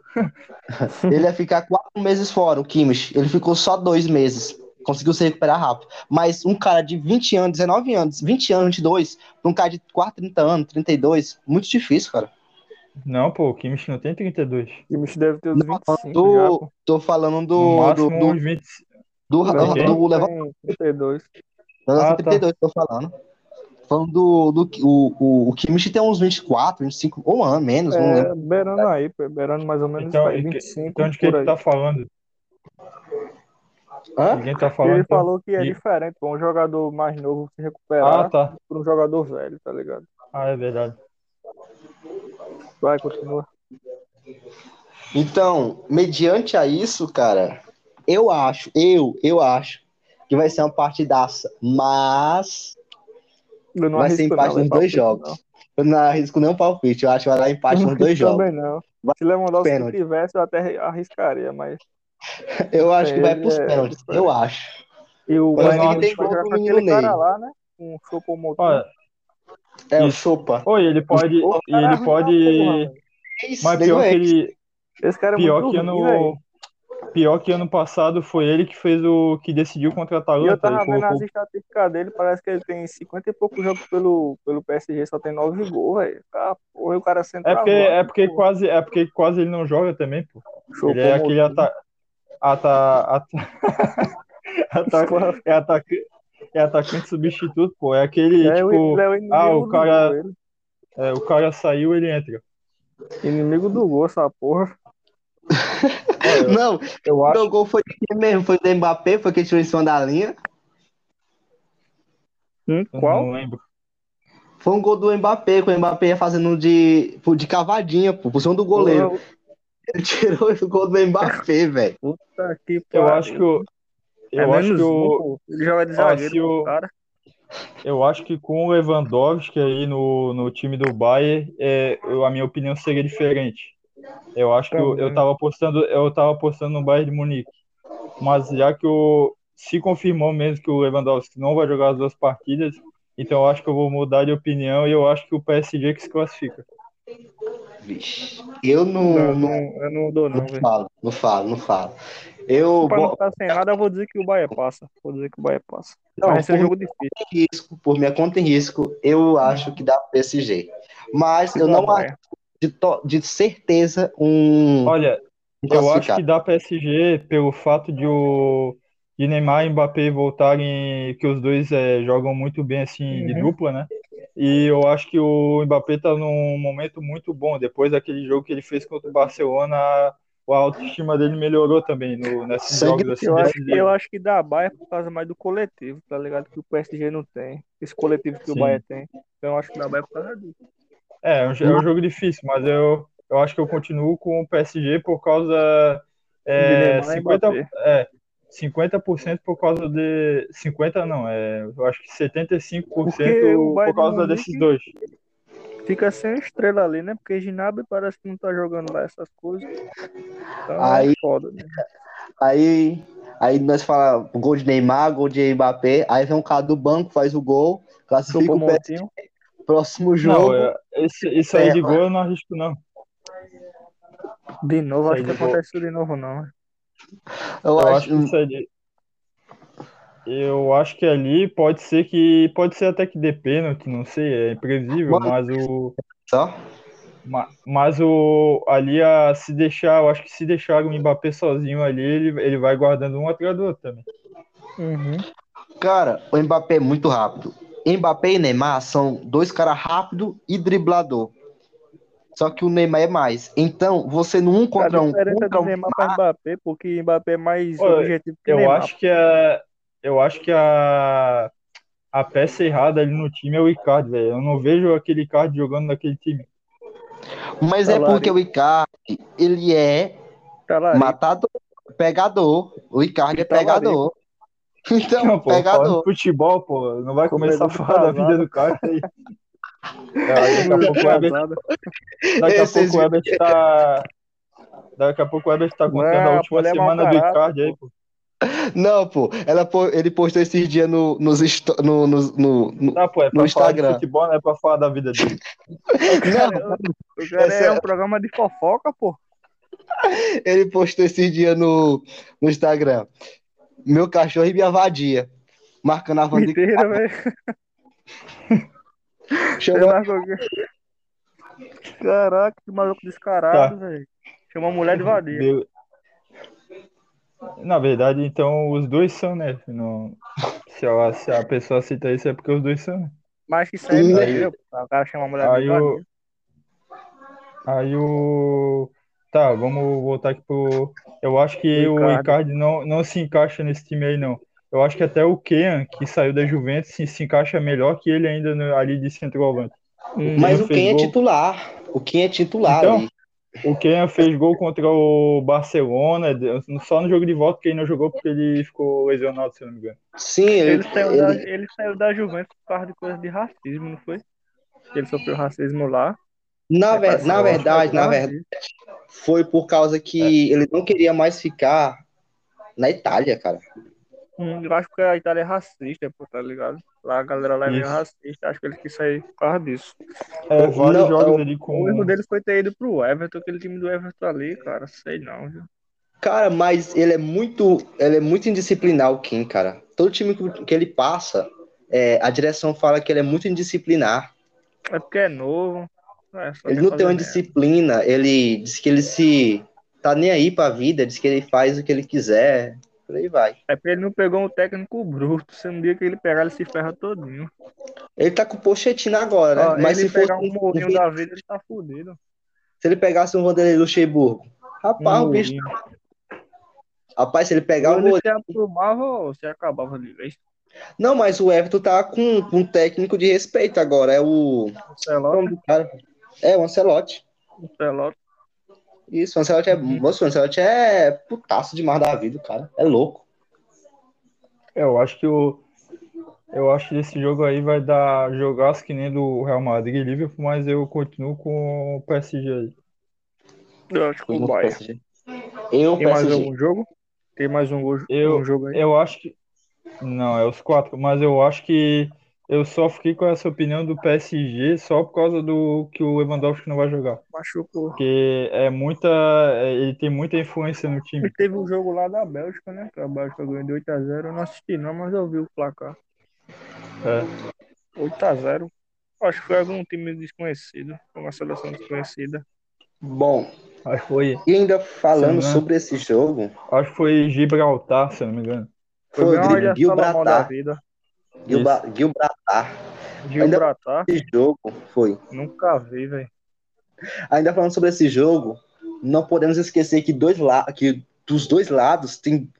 C: Ele ia ficar quatro meses fora, o Kimmich. Ele ficou só dois meses. Conseguiu se recuperar rápido. Mas um cara de 20 anos, 19 anos, 20 anos, 22, pra um cara de 4, 30 anos, 32, muito difícil, cara.
A: Não, pô, o Kimmich não tem 32.
B: O Kimmich deve ter uns 25 já,
C: Tô,
B: pô.
C: tô falando
A: No
C: do. Do,
A: máximo um
C: do,
A: uns 20.
C: do,
A: Não,
C: do,
A: quem?
C: do Lewandowski,
B: Tem 32.
A: Ah, tá.
C: 32, tô falando. Falando do. do o, o, o Kimmich tem uns 24, 25, ou um ano menos, não lembro.
B: É, beirando aí, pô. Beirando mais ou menos
A: Então,
B: aí,
A: e que-
B: 25
A: Então de que
B: por aí.
A: ele tá falando?
C: Hã?
A: De quem tá
B: E
A: falando?
B: ele
A: então?
B: falou que é
A: E-
B: diferente, pô, um jogador mais novo
A: Ah,
B: se
C: é.
B: recuperar
A: tá.
B: por um jogador velho, tá ligado?
A: Ah, é verdade.
B: Vai, continua.
C: Então, mediante a isso, cara, eu acho, eu, eu acho que vai ser uma partidaça, mas
B: Eu não
C: vai ser
B: arrisco,
C: empate
B: não, é
C: nos
B: palpite,
C: dois jogos.
B: não.
C: Eu não arrisco nenhum palpite, eu acho que vai dar empate nos dois jogos.
B: Também não.
C: Vai
B: Se Lewandowski
C: pênalti.
B: tivesse, eu até arriscaria, mas.
C: Eu acho que vai
B: Ele
C: pros
B: é
C: pênaltis,
B: diferente.
C: eu acho.
B: E o
C: Mas
A: ele
B: Bayern
C: tem
B: vai
C: gol
B: jogar
C: do
B: com aquele
C: menino
B: cara
C: Ney.
B: lá, né? Com o Chopomotor.
A: Olha,
C: É, o
A: Isso.
C: Chupa.
A: oi, ele pode,
C: O tá
A: ele pode, mas pior
C: é
A: que ele,
B: Esse cara é
A: Pior
B: muito
A: que
B: ruim, velho.
A: ano, pior que ano passado foi ele que fez o que decidiu contra a
B: E eu
A: Atalanta.
B: tava
A: Ele
B: vendo as
A: colocou-
B: estatísticas dele, parece que ele tem 50 e poucos jogos pelo, pelo PSG, só tem 9 gols, velho. Ah, porra, e o cara
A: É
B: centroavante.
A: porque, é porque
B: pô.
A: quase, é porque quase ele não joga também, pô. Ele é aquele
B: Choupo-Moting.
A: ata, ata, ata,
B: Tá,
A: ata- é ataca- é atacante substituto, pô. É aquele
B: É,
A: tipo,
B: ele é o
A: ah,
B: inimigo
A: o cara-
B: do gol, ele.
A: é, o cara saiu, ele entra.
B: Inimigo do gol, essa porra.
A: Olha,
C: Não,
A: é, eu
C: o
A: acho,
C: meu gol foi de quem mesmo? Foi do Mbappé, foi que ele tirou em cima da linha.
A: eu
B: qual?
A: não lembro.
C: Foi um gol do Mbappé, que o Mbappé ia fazendo de, de cavadinha, pô, por cima do goleiro. Ele tirou o gol do Mbappé, velho.
B: Puta que
A: Eu
B: pariu.
A: acho que o,
B: É
A: eu acho
B: menos
A: que
B: um,
A: o,
B: pô. Ele joga de
A: ó,
B: zagueiro,
A: se
B: pô,
A: o-
B: cara.
A: Eu acho que com o Lewandowski aí no, no time do Bayern, é, eu- a minha opinião seria diferente. Eu acho que eu, eu
B: Também.
A: tava apostando, eu tava apostando no Bayern de Munique. Mas já que o, se confirmou mesmo que o Lewandowski não vai jogar as duas partidas, então eu acho que eu vou mudar de opinião e eu acho que o PSG que se classifica.
C: Vixe, eu não,
B: Não,
C: não,
B: não, eu não dou, não,
C: não
B: velho.
C: falo, não falo, não falo. Eu
B: Pra não
C: boto
B: ficar sem nada, eu vou dizer que o Bahia passa. Vou dizer que o Bahia passa.
C: Não,
B: Mas esse é um
C: como-
B: jogo difícil.
C: em risco, por minha conta em risco, eu acho que dá PSG. Mas eu não
B: Bahia.
C: acho de, to- de certeza um
A: Olha,
B: Assim,
A: Eu acho que dá PSG pelo fato de o de Neymar e Mbappé voltarem, que os dois é, jogam muito bem assim de
B: Uhum.
A: dupla, né? E eu acho que o Mbappé tá num momento muito bom. Depois daquele jogo que ele fez contra o Barcelona, a autoestima dele melhorou também no, nesses
C: Sangue
A: jogos assim.
B: Eu acho,
A: decisivos.
B: eu acho que da Baia é por causa mais do coletivo, tá ligado? Que o PSG não tem. Esse coletivo que o
A: Sim.
B: Baia tem. Então eu acho que da Baia é por causa disso.
A: É, é um, jo- é um jogo difícil, mas eu, eu acho que eu continuo com o PSG por causa é,
B: De Neymar e
A: 50,
B: Mbappé.
A: é, 50% por causa de 50 não, é, eu acho que 75%
B: Porque o Bayern
A: por causa
B: Munique-
A: desses dois.
B: Fica sem estrela ali, né? Porque Ginabra parece que não tá jogando lá essas coisas. Então
C: Aí-
B: é foda, né?
C: Aí, aí nós falamos gol de Neymar, gol de Mbappé, aí vem um cara do banco, faz o gol, classifica o pé,
B: Chupomotinho.
C: próximo jogo.
A: Não, é, esse, isso aí de
C: Ferro.
A: gol eu não arrisco não.
B: De novo, acho
A: Sai
B: que
A: de gol.
B: acontece isso de novo, não. né?
C: eu,
A: Eu acho
C: acho,
A: que isso aí de- eu acho que ali pode ser que pode ser até que dê pênalti, não sei, é imprevisível, mas o
C: só.
A: Ma- Mas o ali a se deixar, eu acho que se deixar o Mbappé sozinho ali, ele, ele vai guardando um atrás do outro também.
B: Uhum.
C: Cara, o Mbappé é muito rápido. Mbappé e Neymar são dois caras rápido e driblador. Só que o Neymar é mais. Então, você no um
B: A
C: contra um
B: diferença
C: contra
B: do
C: um
B: Neymar para Mbappé, porque Mbappé é mais
A: Olha,
B: objetivo que
A: Eu
B: Neymar.
A: acho que a eu acho que a a peça errada ali no time é o Icardi, velho. Eu não vejo aquele Icardi jogando naquele time.
C: Mas é
B: Talarico.
C: porque o Icardi, ele é
B: Tá lá,
C: matador, pegador. O Icardi é
B: Talarico.
C: pegador. Então,
A: Não, pô, falando de
C: pegador.
A: futebol, pô, não vai começar a
B: Comedor de
A: falar da vida do
B: casada.
A: cara aí.
B: Tá um
A: É, daqui a pouco o Herbert,
B: casado.
A: daqui a
C: Esses
A: pouco o Herbert tá daqui a pouco o Herbert tá contando
B: Não,
A: a última
B: pô, ele é mau
A: semana do
B: caráter,
A: Icardi aí, pô.
C: Não, pô. Ela, po- ele postou esses dias no, nos, esto- no, nos- no, no-
A: Tá, pô, é pra
C: No
A: falar de
C: Instagram.
A: futebol, não é pra falar da vida dele.
B: Cara, o- o cara
C: Essa-
B: é um programa de fofoca, pô.
C: Ele postou esses dias no, no Instagram. Meu cachorro e minha vadia. Marcando a van de
B: Mentira, velho. Sei
C: chamando
B: lá qual que é. Caraca, que maluco descarado,
A: Tá.
B: velho. Chama a mulher de vadia.
A: Be- Na verdade, então, os dois são, né? Não- Se, a, se a pessoa cita isso, é porque os dois são, né?
B: Mas que isso aí é
C: Aí-
B: mentira, pô. O cara chama a mulher
A: Aí
B: de
A: o-
B: vadia.
A: Aí o. Tá, vamos voltar aqui pro. Eu acho que
B: O
A: o
B: Icardi.
A: Icardi não, não se encaixa nesse time aí, não. Eu acho que até o Kean, que saiu da Juventus, se, se encaixa melhor que ele ainda no- ali de centroavante.
B: Hum.
C: Mas o
A: fez
C: Ken é
A: gol.
C: titular. O Ken é titular
A: Então?
C: ali.
A: O Kean fez gol contra o Barcelona, de- só no jogo de volta que ele não jogou porque ele ficou lesionado, se eu não me engano.
C: Sim,
B: Ele
C: ele,
B: saiu, da,
C: ele-
B: ele saiu da Juventus por causa de coisa de racismo, não foi? Ele sofreu racismo lá.
C: na,
B: Aí
C: ver-
B: parece
C: na
B: que um ela
C: verdade,
B: vai
C: na
B: pra
C: verdade, foi por causa
B: É.
C: que ele não queria mais ficar na Itália, cara.
B: Hum, eu acho que a Itália é racista, pô, tá ligado? Lá a galera lá é meio
A: Isso.
B: racista, acho que ele quis sair por causa disso.
A: É, vários
C: Não,
A: jogos
C: eu-
A: ali com.
B: O erro
C: Uhum.
B: dele foi ter ido pro Everton, aquele time do Everton ali, cara, sei não, viu?
C: Cara, mas ele é muito, ele é muito indisciplinar o Ken, cara. Todo time que, que ele passa, é, a direção fala que ele é muito indisciplinar.
B: É porque é novo. é, só
C: Ele
B: quer
C: não
B: fazer
C: tem uma
B: merda.
C: disciplina, ele diz que ele se tá nem aí pra vida, diz que ele faz o que ele quiser, por aí vai.
B: É porque ele não pegou um técnico bruto, se um dia que ele pegar, ele se ferra todinho.
C: Ele tá com o Pochettino agora, né?
B: Ó,
C: Mas
B: ele
C: se fosse
B: pegar um morrinho
C: um-
B: da vida, ele tá fudido.
C: se ele pegasse um Vanderlei Luxemburgo, rapaz, Ah, o
B: Um
C: bicho, tá
B: Mourinho.
C: rapaz, se ele pegar um o
B: Ou ele
C: Mourinho,
B: se aprumava ou se acabava de vez.
C: não, mas o Everton tá com, com um técnico de respeito agora, é o,
B: Sei lá,
C: o nome do cara, é o Ancelotti.
B: sei lá.
C: Isso, o Ancelotti é,
B: Uhum.
C: Nossa, o Ancelotti é putaço demais da vida, cara, é louco.
A: É, Eu acho que o eu acho que esse jogo aí vai dar jogaço que nem do Real Madrid e Liverpool, mas eu continuo com o PSG aí.
B: Eu acho que o Bayern.
C: Eu,
B: Tem mais
C: PSG.
B: algum jogo? Tem mais um, go-
A: Eu-
B: um jogo aí?
A: Eu acho que não, é os quatro, mas eu acho que eu só fiquei com essa opinião do PSG só por causa do que o Lewandowski não vai jogar,
B: Machucou.
A: porque é muita, é, ele tem muita influência no time.
B: E teve um jogo lá da Bélgica, né? Que a Bélgica ganhou de 8x0. Eu não assisti não, mas eu vi o placar.
A: É.
B: 8x0. Acho que foi algum time desconhecido. Uma seleção desconhecida.
C: Bom,
A: Acho que foi,
C: E ainda falando
A: Sim, né?
C: sobre esse jogo,
A: acho que foi Gibraltar, se eu não me engano.
C: foi o
B: Olha,
C: Gil
B: Salomão da
C: Bratar.
B: vida.
C: Gilba- Gilbratar.
B: Gilbratar,
C: Esse jogo foi.
B: nunca vi, velho.
C: Ainda falando sobre esse jogo, não podemos esquecer que, dois la que dos dois lados tem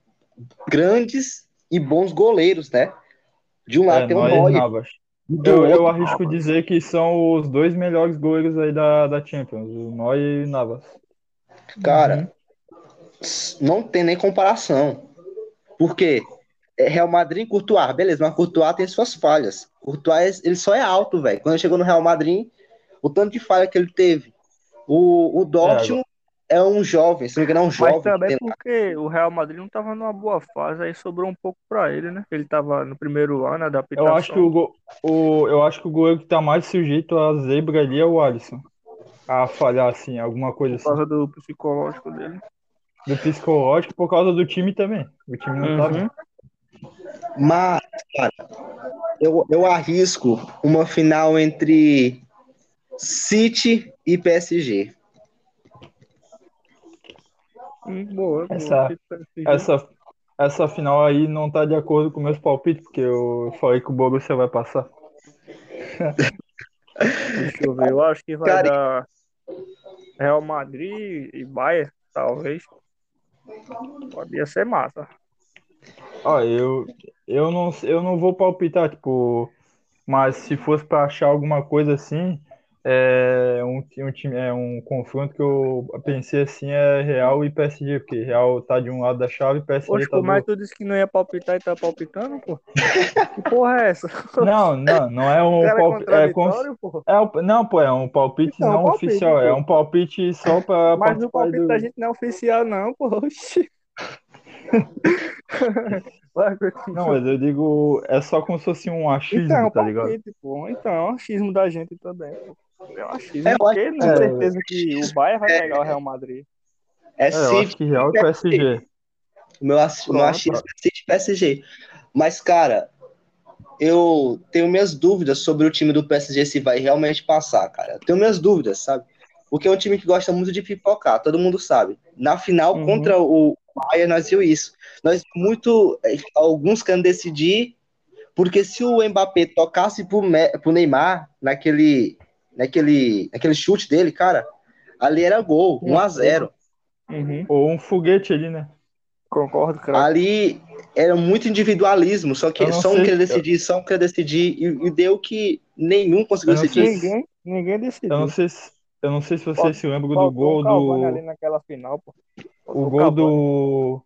C: grandes e bons goleiros, né? De um lado
A: É,
C: tem o
A: Neuer e
C: Neuer,
A: Navas.
C: e do
A: Eu, eu
C: outro-
A: arrisco dizer que são os dois melhores goleiros aí da, da Champions, o Neuer e o Navas.
C: Cara, não tem nem comparação. Porque Real Madrid e Courtois, beleza, mas Courtois tem suas falhas. Courtois, ele só é alto, velho. Quando ele chegou no Real Madrid, o tanto de falha que ele teve. O, o Dortmund é, um jovem, se não me engano, é um jovem.
B: Mas
C: que tem
B: também porque o Real Madrid não tava numa boa fase, aí sobrou um pouco pra ele, né? Ele tava no primeiro ano, adaptação.
A: Eu acho que o, go- o- eu acho que o goleiro que tá mais sujeito à zebra ali é o Alisson. A falhar, assim, alguma coisa
B: Por
A: assim.
B: causa do psicológico dele.
A: Do psicológico, por causa do time também. O time não tá
B: Uhum.
A: bem.
C: Mas, cara, eu, eu arrisco uma final entre City e PSG.
B: Hum, boa, tá boa.
A: Essa- Essa, essa final aí não tá de acordo com meus palpites, porque eu falei que o Borussia vai passar.
B: Deixa eu ver, eu acho que vai
C: Cara,
B: dar Real Madrid e Bayern, talvez. Podia ser massa.
A: Ó, eu, eu não, eu não vou palpitar, tipo, mas se fosse pra achar alguma coisa assim, é um, ti- um time, é um confronto que eu pensei assim é Real e PSG, porque Real tá de um lado da chave e PSG
B: Poxa,
A: tá do
B: como é que
A: outro.
B: tu disse que não ia palpitar e tá palpitando, pô? Que porra é essa?
A: Não, não, não é um
B: O cara é
A: palpite, é, cons-
B: contraditório, pô.
A: é um- não, pô, é um palpite
B: Então,
A: não
B: palpite,
A: oficial, é
B: pô.
A: um palpite só pra
B: Mas o
A: participar
B: palpite
A: do-
B: da gente não é oficial, não, pô. Oxi. Vai,
A: Não, mas eu digo, é só como se fosse um achismo,
B: Então,
A: tá ligado?
B: palpite, pô. Então, é um achismo da gente também, pô. É um achismo,
C: É, eu
B: porque não
A: é,
B: tem certeza que o Bayern vai
C: é,
B: pegar o Real Madrid.
C: É
A: É, eu acho
C: City,
A: que Real e PSG.
C: o meu, ass- o meu
A: Pronto.
C: achismo é City e PSG. Mas, cara, eu tenho minhas dúvidas sobre o time do PSG se vai realmente passar, cara. Eu Tenho minhas dúvidas, sabe? Porque é um time que gosta muito de pipocar, todo mundo sabe. Na final,
A: Uhum.
C: contra o Bayern, nós viu isso. Nós muito. é, Alguns querem decidir, porque se o Mbappé tocasse pro, Me- pro Neymar naquele, naquele, naquele chute dele, cara, ali era gol, 1 a 0
B: Uhum.
A: Ou um foguete ali, né?
B: Concordo, cara.
C: Ali era muito individualismo, só
A: Eu
C: que
A: não
C: só um
A: sei.
C: queria decidir, só um queria decidir, e, e deu que nenhum conseguiu
A: Eu não
C: decidir.
B: Ninguém, ninguém decidiu.
A: Eu não sei se, eu não sei se vocês
B: Faltou-
A: se lembram do
B: Faltou
A: Então, gol
B: o Cavani ali
A: do.
B: naquela final, pô. Faltou
A: O gol
B: Cavani.
A: do.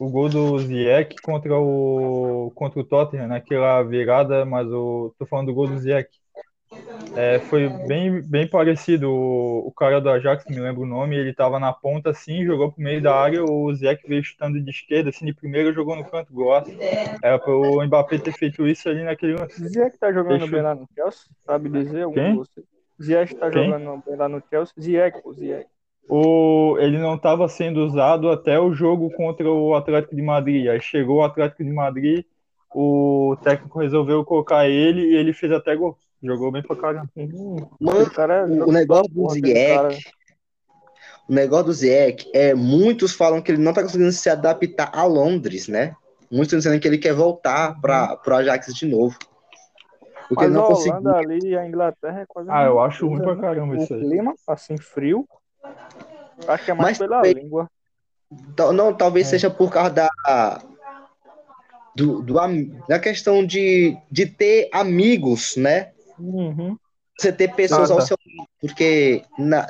A: O gol do Ziyech contra o. contra o Tottenham, naquela virada, mas o. Tô falando do gol do Ziyech. É, foi bem, bem parecido. O, o cara do Ajax, me lembro o nome, ele tava na ponta assim, jogou pro meio da área, o Ziyech veio chutando de esquerda, assim, de primeira, jogou no canto, gosta. Era pro Mbappé ter feito isso ali naquele lance.
B: Ziyech tá jogando
A: Deixa eu-
B: bem lá no Chelsea? Sabe dizer algum
A: Quem?
B: de vocês? Ziyech tá
A: Quem?
B: jogando bem lá no Chelsea? Ziyech, pô, Ziyech.
A: o, ele não estava sendo usado até o jogo contra o Atlético de Madrid. Aí chegou o Atlético de Madrid, o técnico resolveu colocar ele e ele fez até gol. Jogou bem pra caramba.
C: Mano,
B: Tá o cara é
C: o- o negócio é do
B: porra, aquele
C: Ziyech-
B: né, cara.
C: O negócio do Ziyech é muitos falam que ele não tá conseguindo se adaptar a Londres, né? Muitos estão dizendo que ele quer voltar
A: Uhum.
C: para pro Ajax de novo. Porque
B: Mas
C: ele
B: a
C: não conseguiu.
B: Holanda ali e a Inglaterra é quase a
A: Ah, eu
B: mesma
A: acho ruim
B: coisa,
A: pra
B: né?
A: caramba
B: O
A: isso aí.
B: clima, assim, frio. Acho que é mais
C: Mas
B: pela
C: também-
B: língua.
C: Tal- Tá, Não, talvez
A: É.
C: seja por causa da do, do am- da questão de, de ter amigos, né?
B: Uhum.
C: Você ter pessoas
A: Ah, tá.
C: ao seu lado, porque na,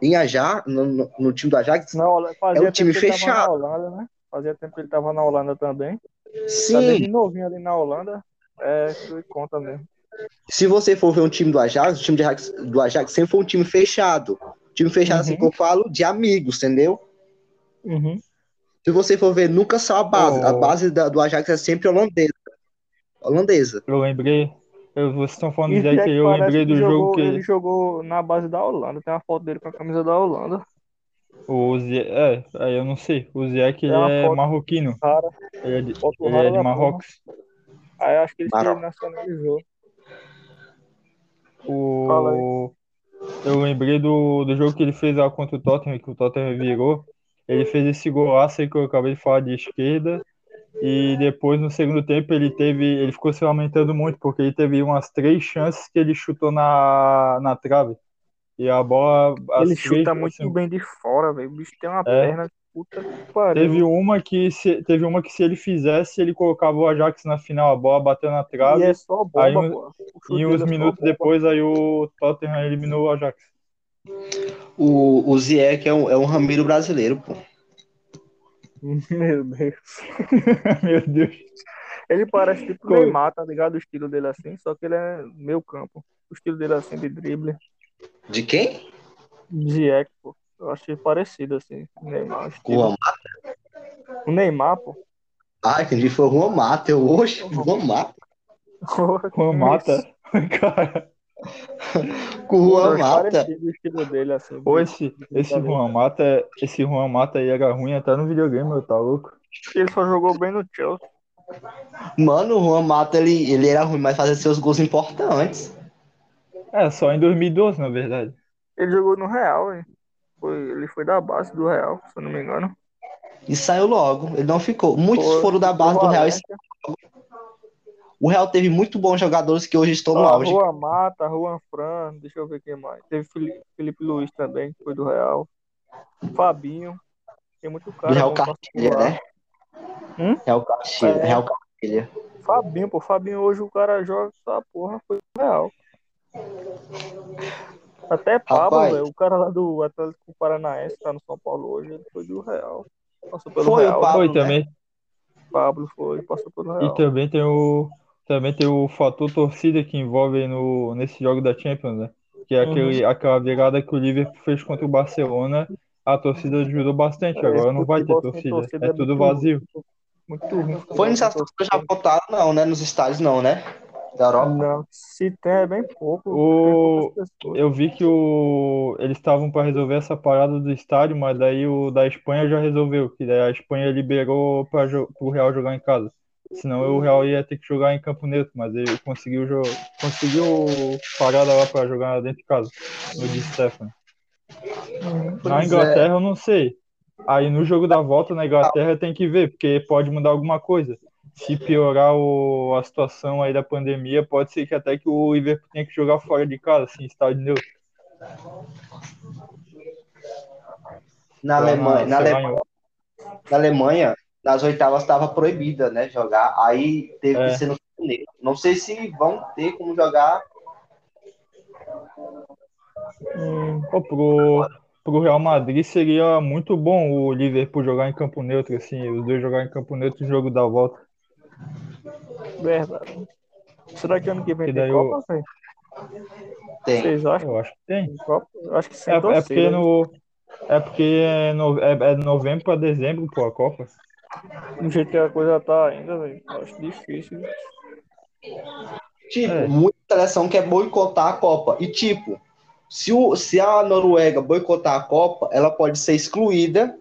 C: em Ajax, no, no- no time do Ajax,
B: Na Holanda, fazia
C: É um time
B: tempo que ele tava
C: fechado.
B: na Holanda, né? Fazia tempo que ele tava na Holanda também. Tá desde
C: sim,
B: novinho ali na Holanda. É, isso conta mesmo.
C: se você for ver um time do Ajax, o time de Ajax- do Ajax sempre foi um time fechado. Time fechado, assim
B: Uhum.
C: que eu falo, de amigos, entendeu? Se você for ver, nunca só a base.
A: Oh.
C: A base da- do Ajax é sempre holandesa. Holandesa.
A: Eu lembrei. eu- vocês estão falando
B: E
A: de aí
B: Jack
A: que eu
B: parece
A: lembrei
B: é que
A: do jogo
B: jogou-
A: que
B: ele jogou na base da Holanda. Tem uma foto dele com a camisa da Holanda.
A: o Zé. É, aí eu não sei. O Zé que
B: É uma
A: é
B: foto.
A: marroquino.
B: Rara,
A: Ele é de,
B: foto
A: ele
B: rara
A: é de
B: da
A: Marrocos.
B: porra. Aí eu acho que ele se
C: Marrocos.
B: nacionalizou. Fala
A: O, Eu lembrei do, do jogo que ele fez lá contra o Tottenham, que o Tottenham virou. Ele fez esse golaço aí que eu acabei de falar de esquerda. E depois, no segundo tempo, ele teve. Ele ficou se lamentando muito, porque ele teve umas três chances que ele chutou na, na trave. E a bola. as
B: Ele
A: três,
B: chuta muito
A: assim, É.
B: bem de fora, velho. O bicho tem uma perna que puta que pariu.
A: Teve uma que se, teve uma que se ele fizesse, ele colocava o Ajax na final, a bola bateu na
B: E
A: trave.
B: é só bomba,
A: Aí um-
B: pô. O chute
A: E
B: dele é
A: uns
B: só
A: minutos
B: bomba.
A: depois, aí o Tottenham eliminou o Ajax.
C: O, o Ziek é um, é um Ramiro brasileiro, pô.
B: Meu Deus.
A: Meu Deus.
B: Ele parece tipo
A: Como?
B: Neymar, tá ligado? O estilo dele assim, só que ele é meio campo. O estilo dele assim de drible.
C: De quem?
B: Zieck, pô. Eu achei parecido assim. com o Neymar. o estilo.
C: Juan.
B: O Neymar, pô.
C: Ah, entendi. Foi o Juan Mata. Eu hoje, Juan Mata.
A: Como mata. Cara,
C: Com o Juan
B: Mata.
C: Mata.
B: Parecido é o estilo dele assim.
A: ou esse, esse Juan Mata, esse Juan Mata aí era ruim até no videogame, meu, tá louco?
B: Ele só jogou bem no Chelsea.
C: Mano, o Juan Mata, ele, ele era ruim, mas fazia seus gols importantes.
A: É, só em 2012, na verdade.
B: Ele jogou no Real, hein? Foi, ele foi da base do Real, se eu não me engano.
C: E saiu logo. Ele não ficou. Muitos
B: Foi.
C: foram da base do
B: Boa,
C: Real. é
B: né?
C: e O Real teve muito bons jogadores que hoje estão no
B: Ó,
C: um auge.
B: Juan Mata, Juan Fran, deixa eu ver quem mais. Teve Fili- Felipe Luiz também, que foi do Real. Fabinho. Tem muito cara.
C: do Real
B: bom pra
C: Cartilha,
B: atuar.
C: né?
B: Hum?
C: Real Cartilha.
B: É.
C: Real Cartilha.
B: Fabinho, pô. Fabinho hoje o cara joga essa porra, foi do Real. Até Pablo,
C: Rapaz.
B: velho, o cara lá do Atlético Paranaense, tá no São Paulo hoje, ele foi do Real. Passou pelo
C: Foi o
B: Real,
C: Pablo,
A: Foi
C: né? É
A: também.
B: Pablo foi, passou pelo Real.
A: E também tem o também tem o fator torcida que envolve aí no nesse jogo da Champions, né? Que é aquele, aquela virada que o Liverpool fez contra o Barcelona, a torcida ajudou bastante.
B: É,
A: Agora
B: esse
A: não vai ter
B: futebol sem
A: torcida,
B: torcida
A: é
B: é
A: tudo
B: muito-
A: vazio.
B: Muito ruim. futebol
C: Foi
B: sem
C: nessa
B: torcida.
C: já votaram, não, né? Nos estádios, não, né? Da Europa.
B: Não, se tem é bem pouco.
A: O-
B: tem poucas pessoas.
A: Eu vi que o eles estavam para resolver essa parada do estádio, mas daí o da Espanha já resolveu, que daí a Espanha liberou para o Real jogar em casa. Senão o Real ia ter que jogar em Campo Neutro, mas ele conseguiu jo- conseguiu parada lá para jogar dentro de casa, no Di Stefano. Na
C: Pois é.
A: Inglaterra eu não sei. Aí no jogo da volta na Inglaterra tem que ver, porque pode mudar alguma coisa. Se piorar o- a situação aí da pandemia, pode ser que até que o Liverpool tenha que jogar fora de casa, assim, estádio neutro.
C: Na
A: Lá
C: Alemanha, na,
A: sei lá,
C: Alemanha, na Alemanha, nas oitavas estava proibida, né? Jogar. Aí teve
A: É.
C: que ser no Campo Neutro. Não sei se vão ter como jogar.
B: Hum,
A: em- Pô, pro, pro Real Madrid seria muito bom o Liverpool jogar em campo neutro, assim, os dois jogar em campo neutro no jogo da volta.
B: Verdade. Será que ano que vem
A: Que
B: tem
A: daí
B: Copa, velho?
C: Tem.
B: Vocês acham
A: Eu acho que
B: que
A: tem.
B: tem Copa? Eu acho que né? sim.
A: É, é
C: né?
A: porque no. É porque é, no, é, é de novembro para dezembro, pô, a Copa.
B: Do jeito que a coisa tá ainda, velho. eu Acho difícil.
C: Tipo,
A: É.
C: muita seleção quer boicotar a Copa. E, tipo, se, o, se a Noruega boicotar a Copa, ela pode ser excluída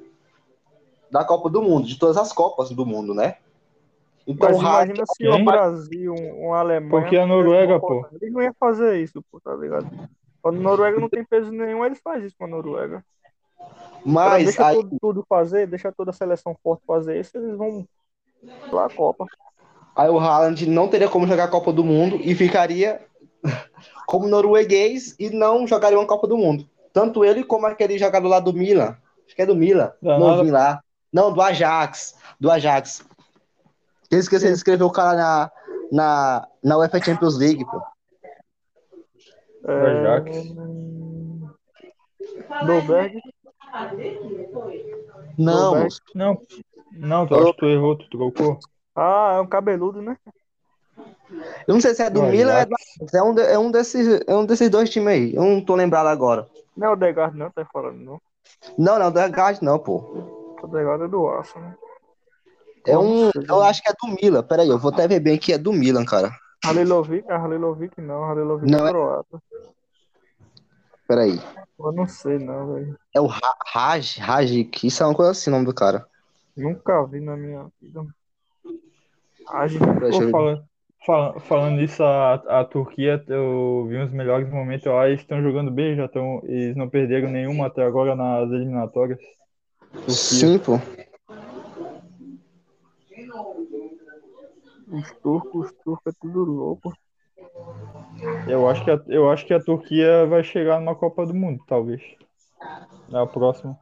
C: da Copa do Mundo, de todas as Copas do mundo, né? Então,
B: Mas
C: o rádio,
B: imagina se o
A: hein?
B: Brasil, um, um Alemanha.
A: Porque a Noruega, pô.
B: Eles não iam fazer isso, pô, tá ligado? Quando a Noruega não tem peso nenhum, eles fazem isso com a Noruega. Agora,
C: mas
B: deixa
C: aí,
B: tudo, tudo fazer, deixa toda a seleção forte fazer isso, eles vão lá a Copa.
C: aí o Haaland não teria como jogar a Copa do Mundo e ficaria como norueguês e não jogaria uma Copa do Mundo. Tanto ele como aquele jogador lá do Milan. Acho que é do Milan.
A: Não,
C: Novinho lá. Não, do Ajax. Do Ajax. Eu esqueci de escrever o cara na, na, na UEFA Champions League, pô.
B: É...
A: Ajax.
B: Dolberg,
C: Não,
B: Não,
C: moço.
A: Não, não, tu acho que tu errou, tu trocou.
B: Ah, é um cabeludo, né?
C: Eu não sei se é do
A: Ajax.
C: Milan ou é do Ajax. É um, de- é, um desses, é um desses dois times aí. Eu não tô lembrado agora.
B: Não é o Degard, não, tá falando, não.
C: Não, não, do Ajax não, pô.
B: O Degard é do Aço, né?
C: É um. Eu acho que é do Milan. Peraí, eu vou até ver bem que é do Milan, cara.
B: Halilovic, ah, Halilovic não, Halilovic
C: Não,
B: é
C: é-
B: croata.
C: Peraí.
B: Eu não sei, não, velho.
C: É o Ra- Raj, Rajik. Isso é uma coisa assim, o nome do cara.
B: Nunca vi na minha vida. Age,
C: Deixa
A: Pô,
C: eu ver.
A: fala- Fal- Falando isso, a, a Turquia, eu vi uns melhores momentos lá, eles estão jogando bem, já estão, eles não perderam nenhuma até agora nas eliminatórias. Turquia.
C: Sim, pô.
B: Os turcos, os turcos é tudo louco.
A: Eu acho que a, eu acho que a Turquia vai chegar numa Copa do Mundo, talvez. É a próxima.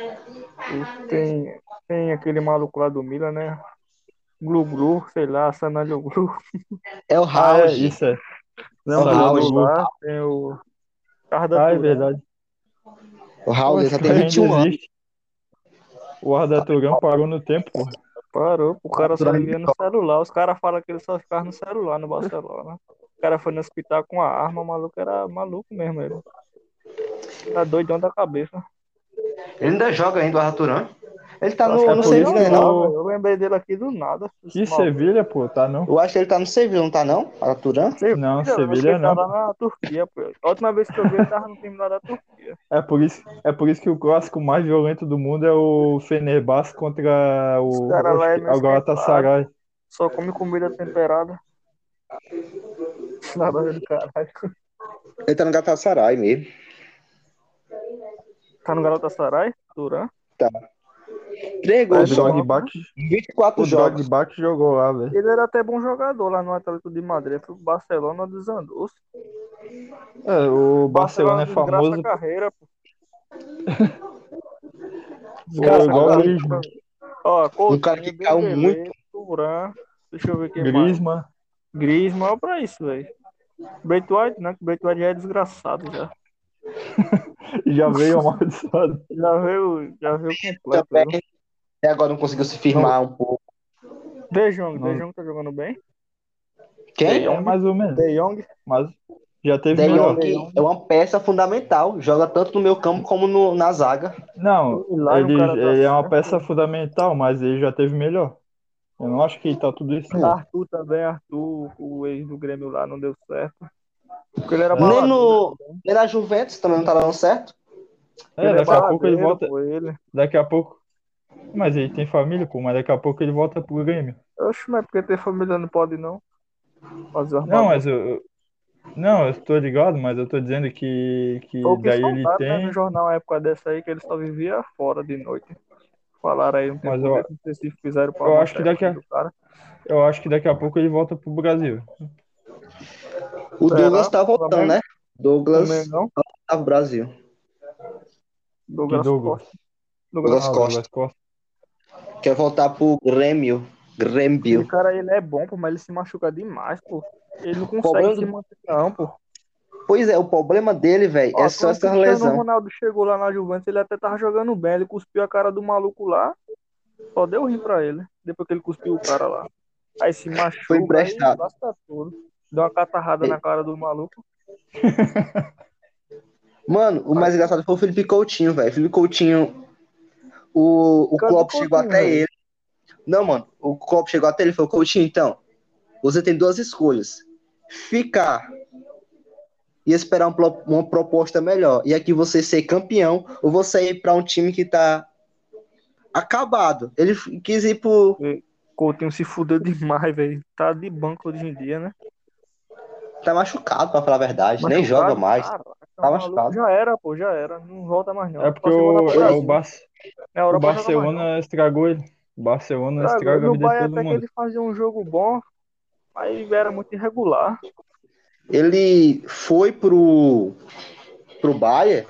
B: E tem, tem aquele maluco lá do Milan, né? Glu Glu, sei lá, Sanalho Glu.
C: É o
A: Ah, é,
C: Raul.
A: isso é.
B: Não,
C: Sanalho
B: Raul
C: Glu.
B: lá, tem o Carda
A: Ah, é
B: Turã.
A: verdade.
C: o Raul
A: Pô,
C: já
A: esse
C: tem
A: cara assim?
C: 21
A: ainda
C: anos.
A: existe. O Arda Turan parou no tempo, pô.
B: Parou, o cara só
C: Turã
B: via no celular. Os caras falam que ele só ficava no celular no Barcelona. O cara foi no hospital com a arma, o maluco era maluco mesmo. Ele. Tá doidão da cabeça.
D: Ele ainda joga ainda o Arthurã.
C: Ele tá
B: Acho que
C: no,
B: é
C: no
B: por isso
C: Sevilha,
B: que
C: não?
B: tá, velho. Eu lembrei dele aqui do nada.
A: Que Sevilha, pô, tá não?
C: Eu acho que ele tá no Sevilha, não tá não? A Turan?
A: Não,
B: Sevilha, eu acho que
A: Sevilha
B: ele
A: não.
B: tá lá na Turquia, pô. A última vez que eu vi, ele tava no time lá da Turquia.
A: É por isso, é por isso que o clássico mais violento do mundo é o Fenerbahçe contra o, tá
B: Os cara lá é Tá
A: acho que-
B: meio
A: o Galatasaray.
B: Só come comida temperada. Nada a ver do caralho.
C: Ele tá no Gatasaray mesmo.
B: Tá no Galatasaray? Duran?
C: Três
B: é
A: O
C: gols só.
A: Drogba, que-
C: 24
A: o
C: jogos.
A: Drogba que jogou lá, velho.
B: Ele era até bom jogador lá no Atlético de Madrid. Foi pro Barcelona dos Andos.
A: É, o Barcelona é
B: desgraça a
A: famoso
B: carreira, pô.
A: por é igual o
C: Cara,
A: Griezmann,
B: Ó, Coutinho,
C: cara que caiu
B: Dembélé,
C: muito.
B: Thuram, deixa eu ver quem mais.
A: Griezmann.
B: Griezmann, olha pra isso, velho. Braithwaite, né? Que Braithwaite já é desgraçado, já.
A: E já veio amaldiçoado.
B: Já veio, já veio completo.
C: Também.
B: viu?
C: Até agora não conseguiu se firmar um pouco.
B: De Jong,
A: Não.
B: De Jong tá jogando bem.
C: Quem?
A: É mais ou menos.
B: De Jong,
A: Mas já teve
C: De
A: melhor.
C: Jong é uma peça fundamental. Joga tanto no meu campo como no- na zaga.
A: Não,
B: E lá é um
A: ele,
B: cara da
A: ele é uma
B: certo.
A: peça fundamental, mas ele já teve melhor. Eu não acho que tá tudo isso. não.
B: Arthur também, Arthur, o ex do Grêmio lá não deu certo. Porque ele era
C: Nem
B: baladeiro.
C: no. Nem na Juventus também não tá dando certo.
A: É,
B: era
A: daqui a pouco ele
B: baladeiro,
A: volta.
B: pô, ele.
A: Daqui a pouco. Mas ele tem família, pô, mas daqui a pouco ele volta pro Grêmio.
B: Oxe, mas é porque ter família não pode não. Fazer uma
A: Não, mas eu. eu- Não, eu tô ligado, mas eu tô dizendo que, que
B: Ou que
A: daí ele
B: soltaram, né,
A: tem.
B: no jornal na época dessa aí que ele só vivia fora de noite. Falaram aí um tempo
A: Mas eu-
B: desse, não sei se fizeram pra
A: eu
B: matar
A: acho que daqui a-
B: do cara.
A: Eu acho que daqui a pouco ele volta pro Brasil.
C: O
B: Será?
C: Douglas tá voltando,
B: Flamengo?
C: né? Douglas
B: Domingão,
C: tá no Brasil.
B: Douglas
A: Que Douglas?
B: Costa. Douglas
C: Douglas
A: Ah, o
C: Costa.
A: Douglas Costa.
C: Quer voltar pro Grêmio.
B: Costa.
C: Grêmio.
B: O cara, ele é bom, pô, mas ele se machuca demais, pô. Ele não consegue
C: Cobrando-
B: se manter não, pô.
C: Pois é, o problema dele, velho,
B: Ó, tá
C: é só
B: quando
C: essa
B: o Cristiano
C: lesão.
B: Ronaldo chegou lá na Juventus, ele até tava jogando bem, ele cuspiu a cara do maluco lá, só deu rim pra ele, depois que ele cuspiu o cara lá. Aí se machuca,
C: Foi emprestado. É.
B: aí lasca tudo. Deu uma catarrada na cara do maluco.
C: Mano, o mais engraçado foi o Felipe Coutinho, velho. Felipe Coutinho. O, o
B: Cadê
C: Klopp
B: o Coutinho,
C: chegou até
B: velho?
C: ele. Não, mano. O Klopp chegou até ele e falou: Coutinho, então, você tem duas escolhas. Ficar e esperar um pro- uma proposta melhor. E aqui você ser campeão ou você ir pra um time que tá acabado. Ele f- quis ir pro.
B: Coutinho um se fudeu demais, velho. Tá de banco hoje em dia, né?
C: Tá machucado, pra falar a verdade. Nem joga mais.
B: Caraca,
C: Tá
B: o
C: machucado.
B: maluco Já era, pô, já era. Não volta mais não.
A: É porque
B: Só se
A: o,
B: voltar pro
A: é,
B: Brasil.
A: o, Bar-
B: Na
A: o
B: Europa joga mais, não.
A: Barcelona estragou ele. O Barcelona
B: Cara,
A: estraga a
B: no
A: vida de
B: Bayern
A: todo
B: até que
A: mundo.
B: ele fazia um jogo bom, mas ele era muito irregular.
C: Ele foi pro. pro Bayern.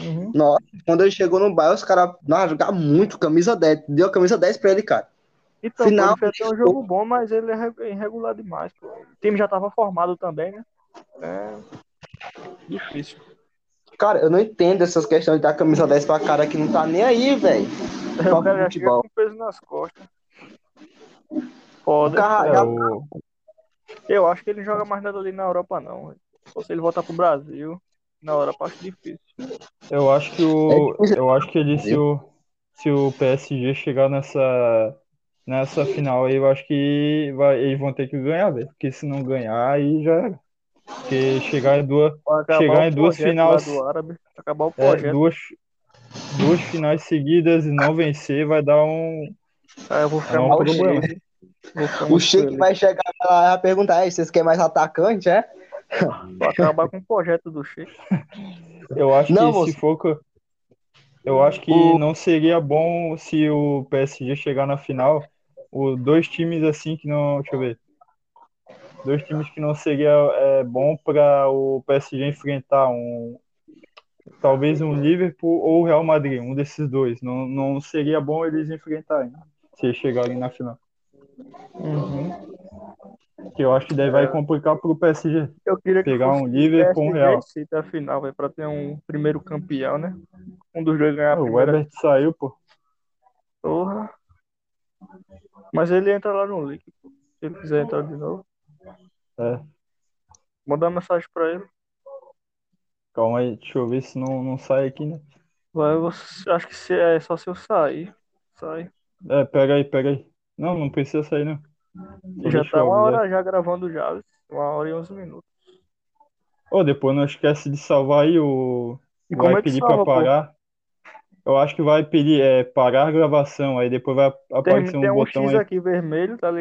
B: Uhum.
C: Nossa, quando ele chegou no bairro, os caras nossa, jogaram muito, camisa 10. Deu a camisa 10 pra ele, cara.
B: Então,
C: Final,
B: pô, ele fez até um jogo bom, mas ele é re- irregular demais. pô. O time já tava formado também, né? É difícil.
C: Cara, eu não entendo essas questões de dar camisa 10 pra cara que não tá nem aí, velho.
B: o cara já chega
C: futebol.
B: com peso nas costas.
C: O
B: Foda.
C: cara
A: É,
C: já
A: o,
B: Eu acho que ele não joga mais nada ali na Europa, não. velho. Ou se ele voltar pro Brasil, na Europa acho difícil.
A: eu acho É que o.
C: difícil.
A: Eu acho que ele se o, se o PSG chegar nessa. Nessa final aí, eu acho que vai, eles vão ter que ganhar, velho. Porque se não ganhar, aí já era. Porque chegar em duas,
B: Vai acabar
A: Chegar
B: o
A: em duas
B: projeto
A: finais-
B: lá do árabe, acabar o
A: é,
B: projeto.
A: duas, duas finais seguidas e não vencer vai dar um.
B: Aí eu vou ficar
A: É um
B: mal
A: problema.
B: cheio.
C: O
B: né?
C: Sheik vai chegar lá e vai perguntar: Ei, vocês querem mais atacante, é?
B: Pra acabar com o projeto do Sheik.
A: Eu acho
C: Não,
A: que
C: moço.
A: se for. co- Eu acho que
C: O-
A: não seria bom se o PSG chegar na final. O, dois times assim que não. Deixa eu ver. Dois times que não seria é, bom para o PSG enfrentar um. Talvez um Liverpool ou o Real Madrid, um desses dois. Não, não seria bom eles enfrentarem se eles chegarem na final. Uhum. Que eu acho que daí
C: É.
A: vai complicar para o PSG
B: Eu queria que
A: pegar
B: fosse
A: um Liverpool ou um
B: PSG
A: Real.
B: e City a final, velho, pra ter um primeiro campeão, né? Um dos dois ganhar
A: É,
B: a
A: O
B: primeira
A: Ebert saiu, pô.
B: torre. Mas ele entra lá no link, pô. se ele quiser entrar de novo.
A: É.
B: Mandar mensagem pra ele.
A: Calma aí, deixa eu ver se não, não sai aqui, né?
B: Vai, eu acho que se, é só se eu sair. Sai.
A: É, pega aí, pega aí. Não, não precisa sair, não. Só
B: já
A: deixa
B: tá
A: eu
B: uma
A: avisar.
B: hora já gravando já. viu? Uma hora e onze minutos.
A: Ô, depois não esquece de salvar aí o.
B: E
A: Vai
B: como é que
A: pedir pra
B: salva, pô?
A: parar. Eu acho que vai pedir é, parar a gravação, aí depois vai
B: Tem,
A: aparecer um
B: tem um
A: botão
B: X
A: aí.
B: aqui vermelho, tá ligado?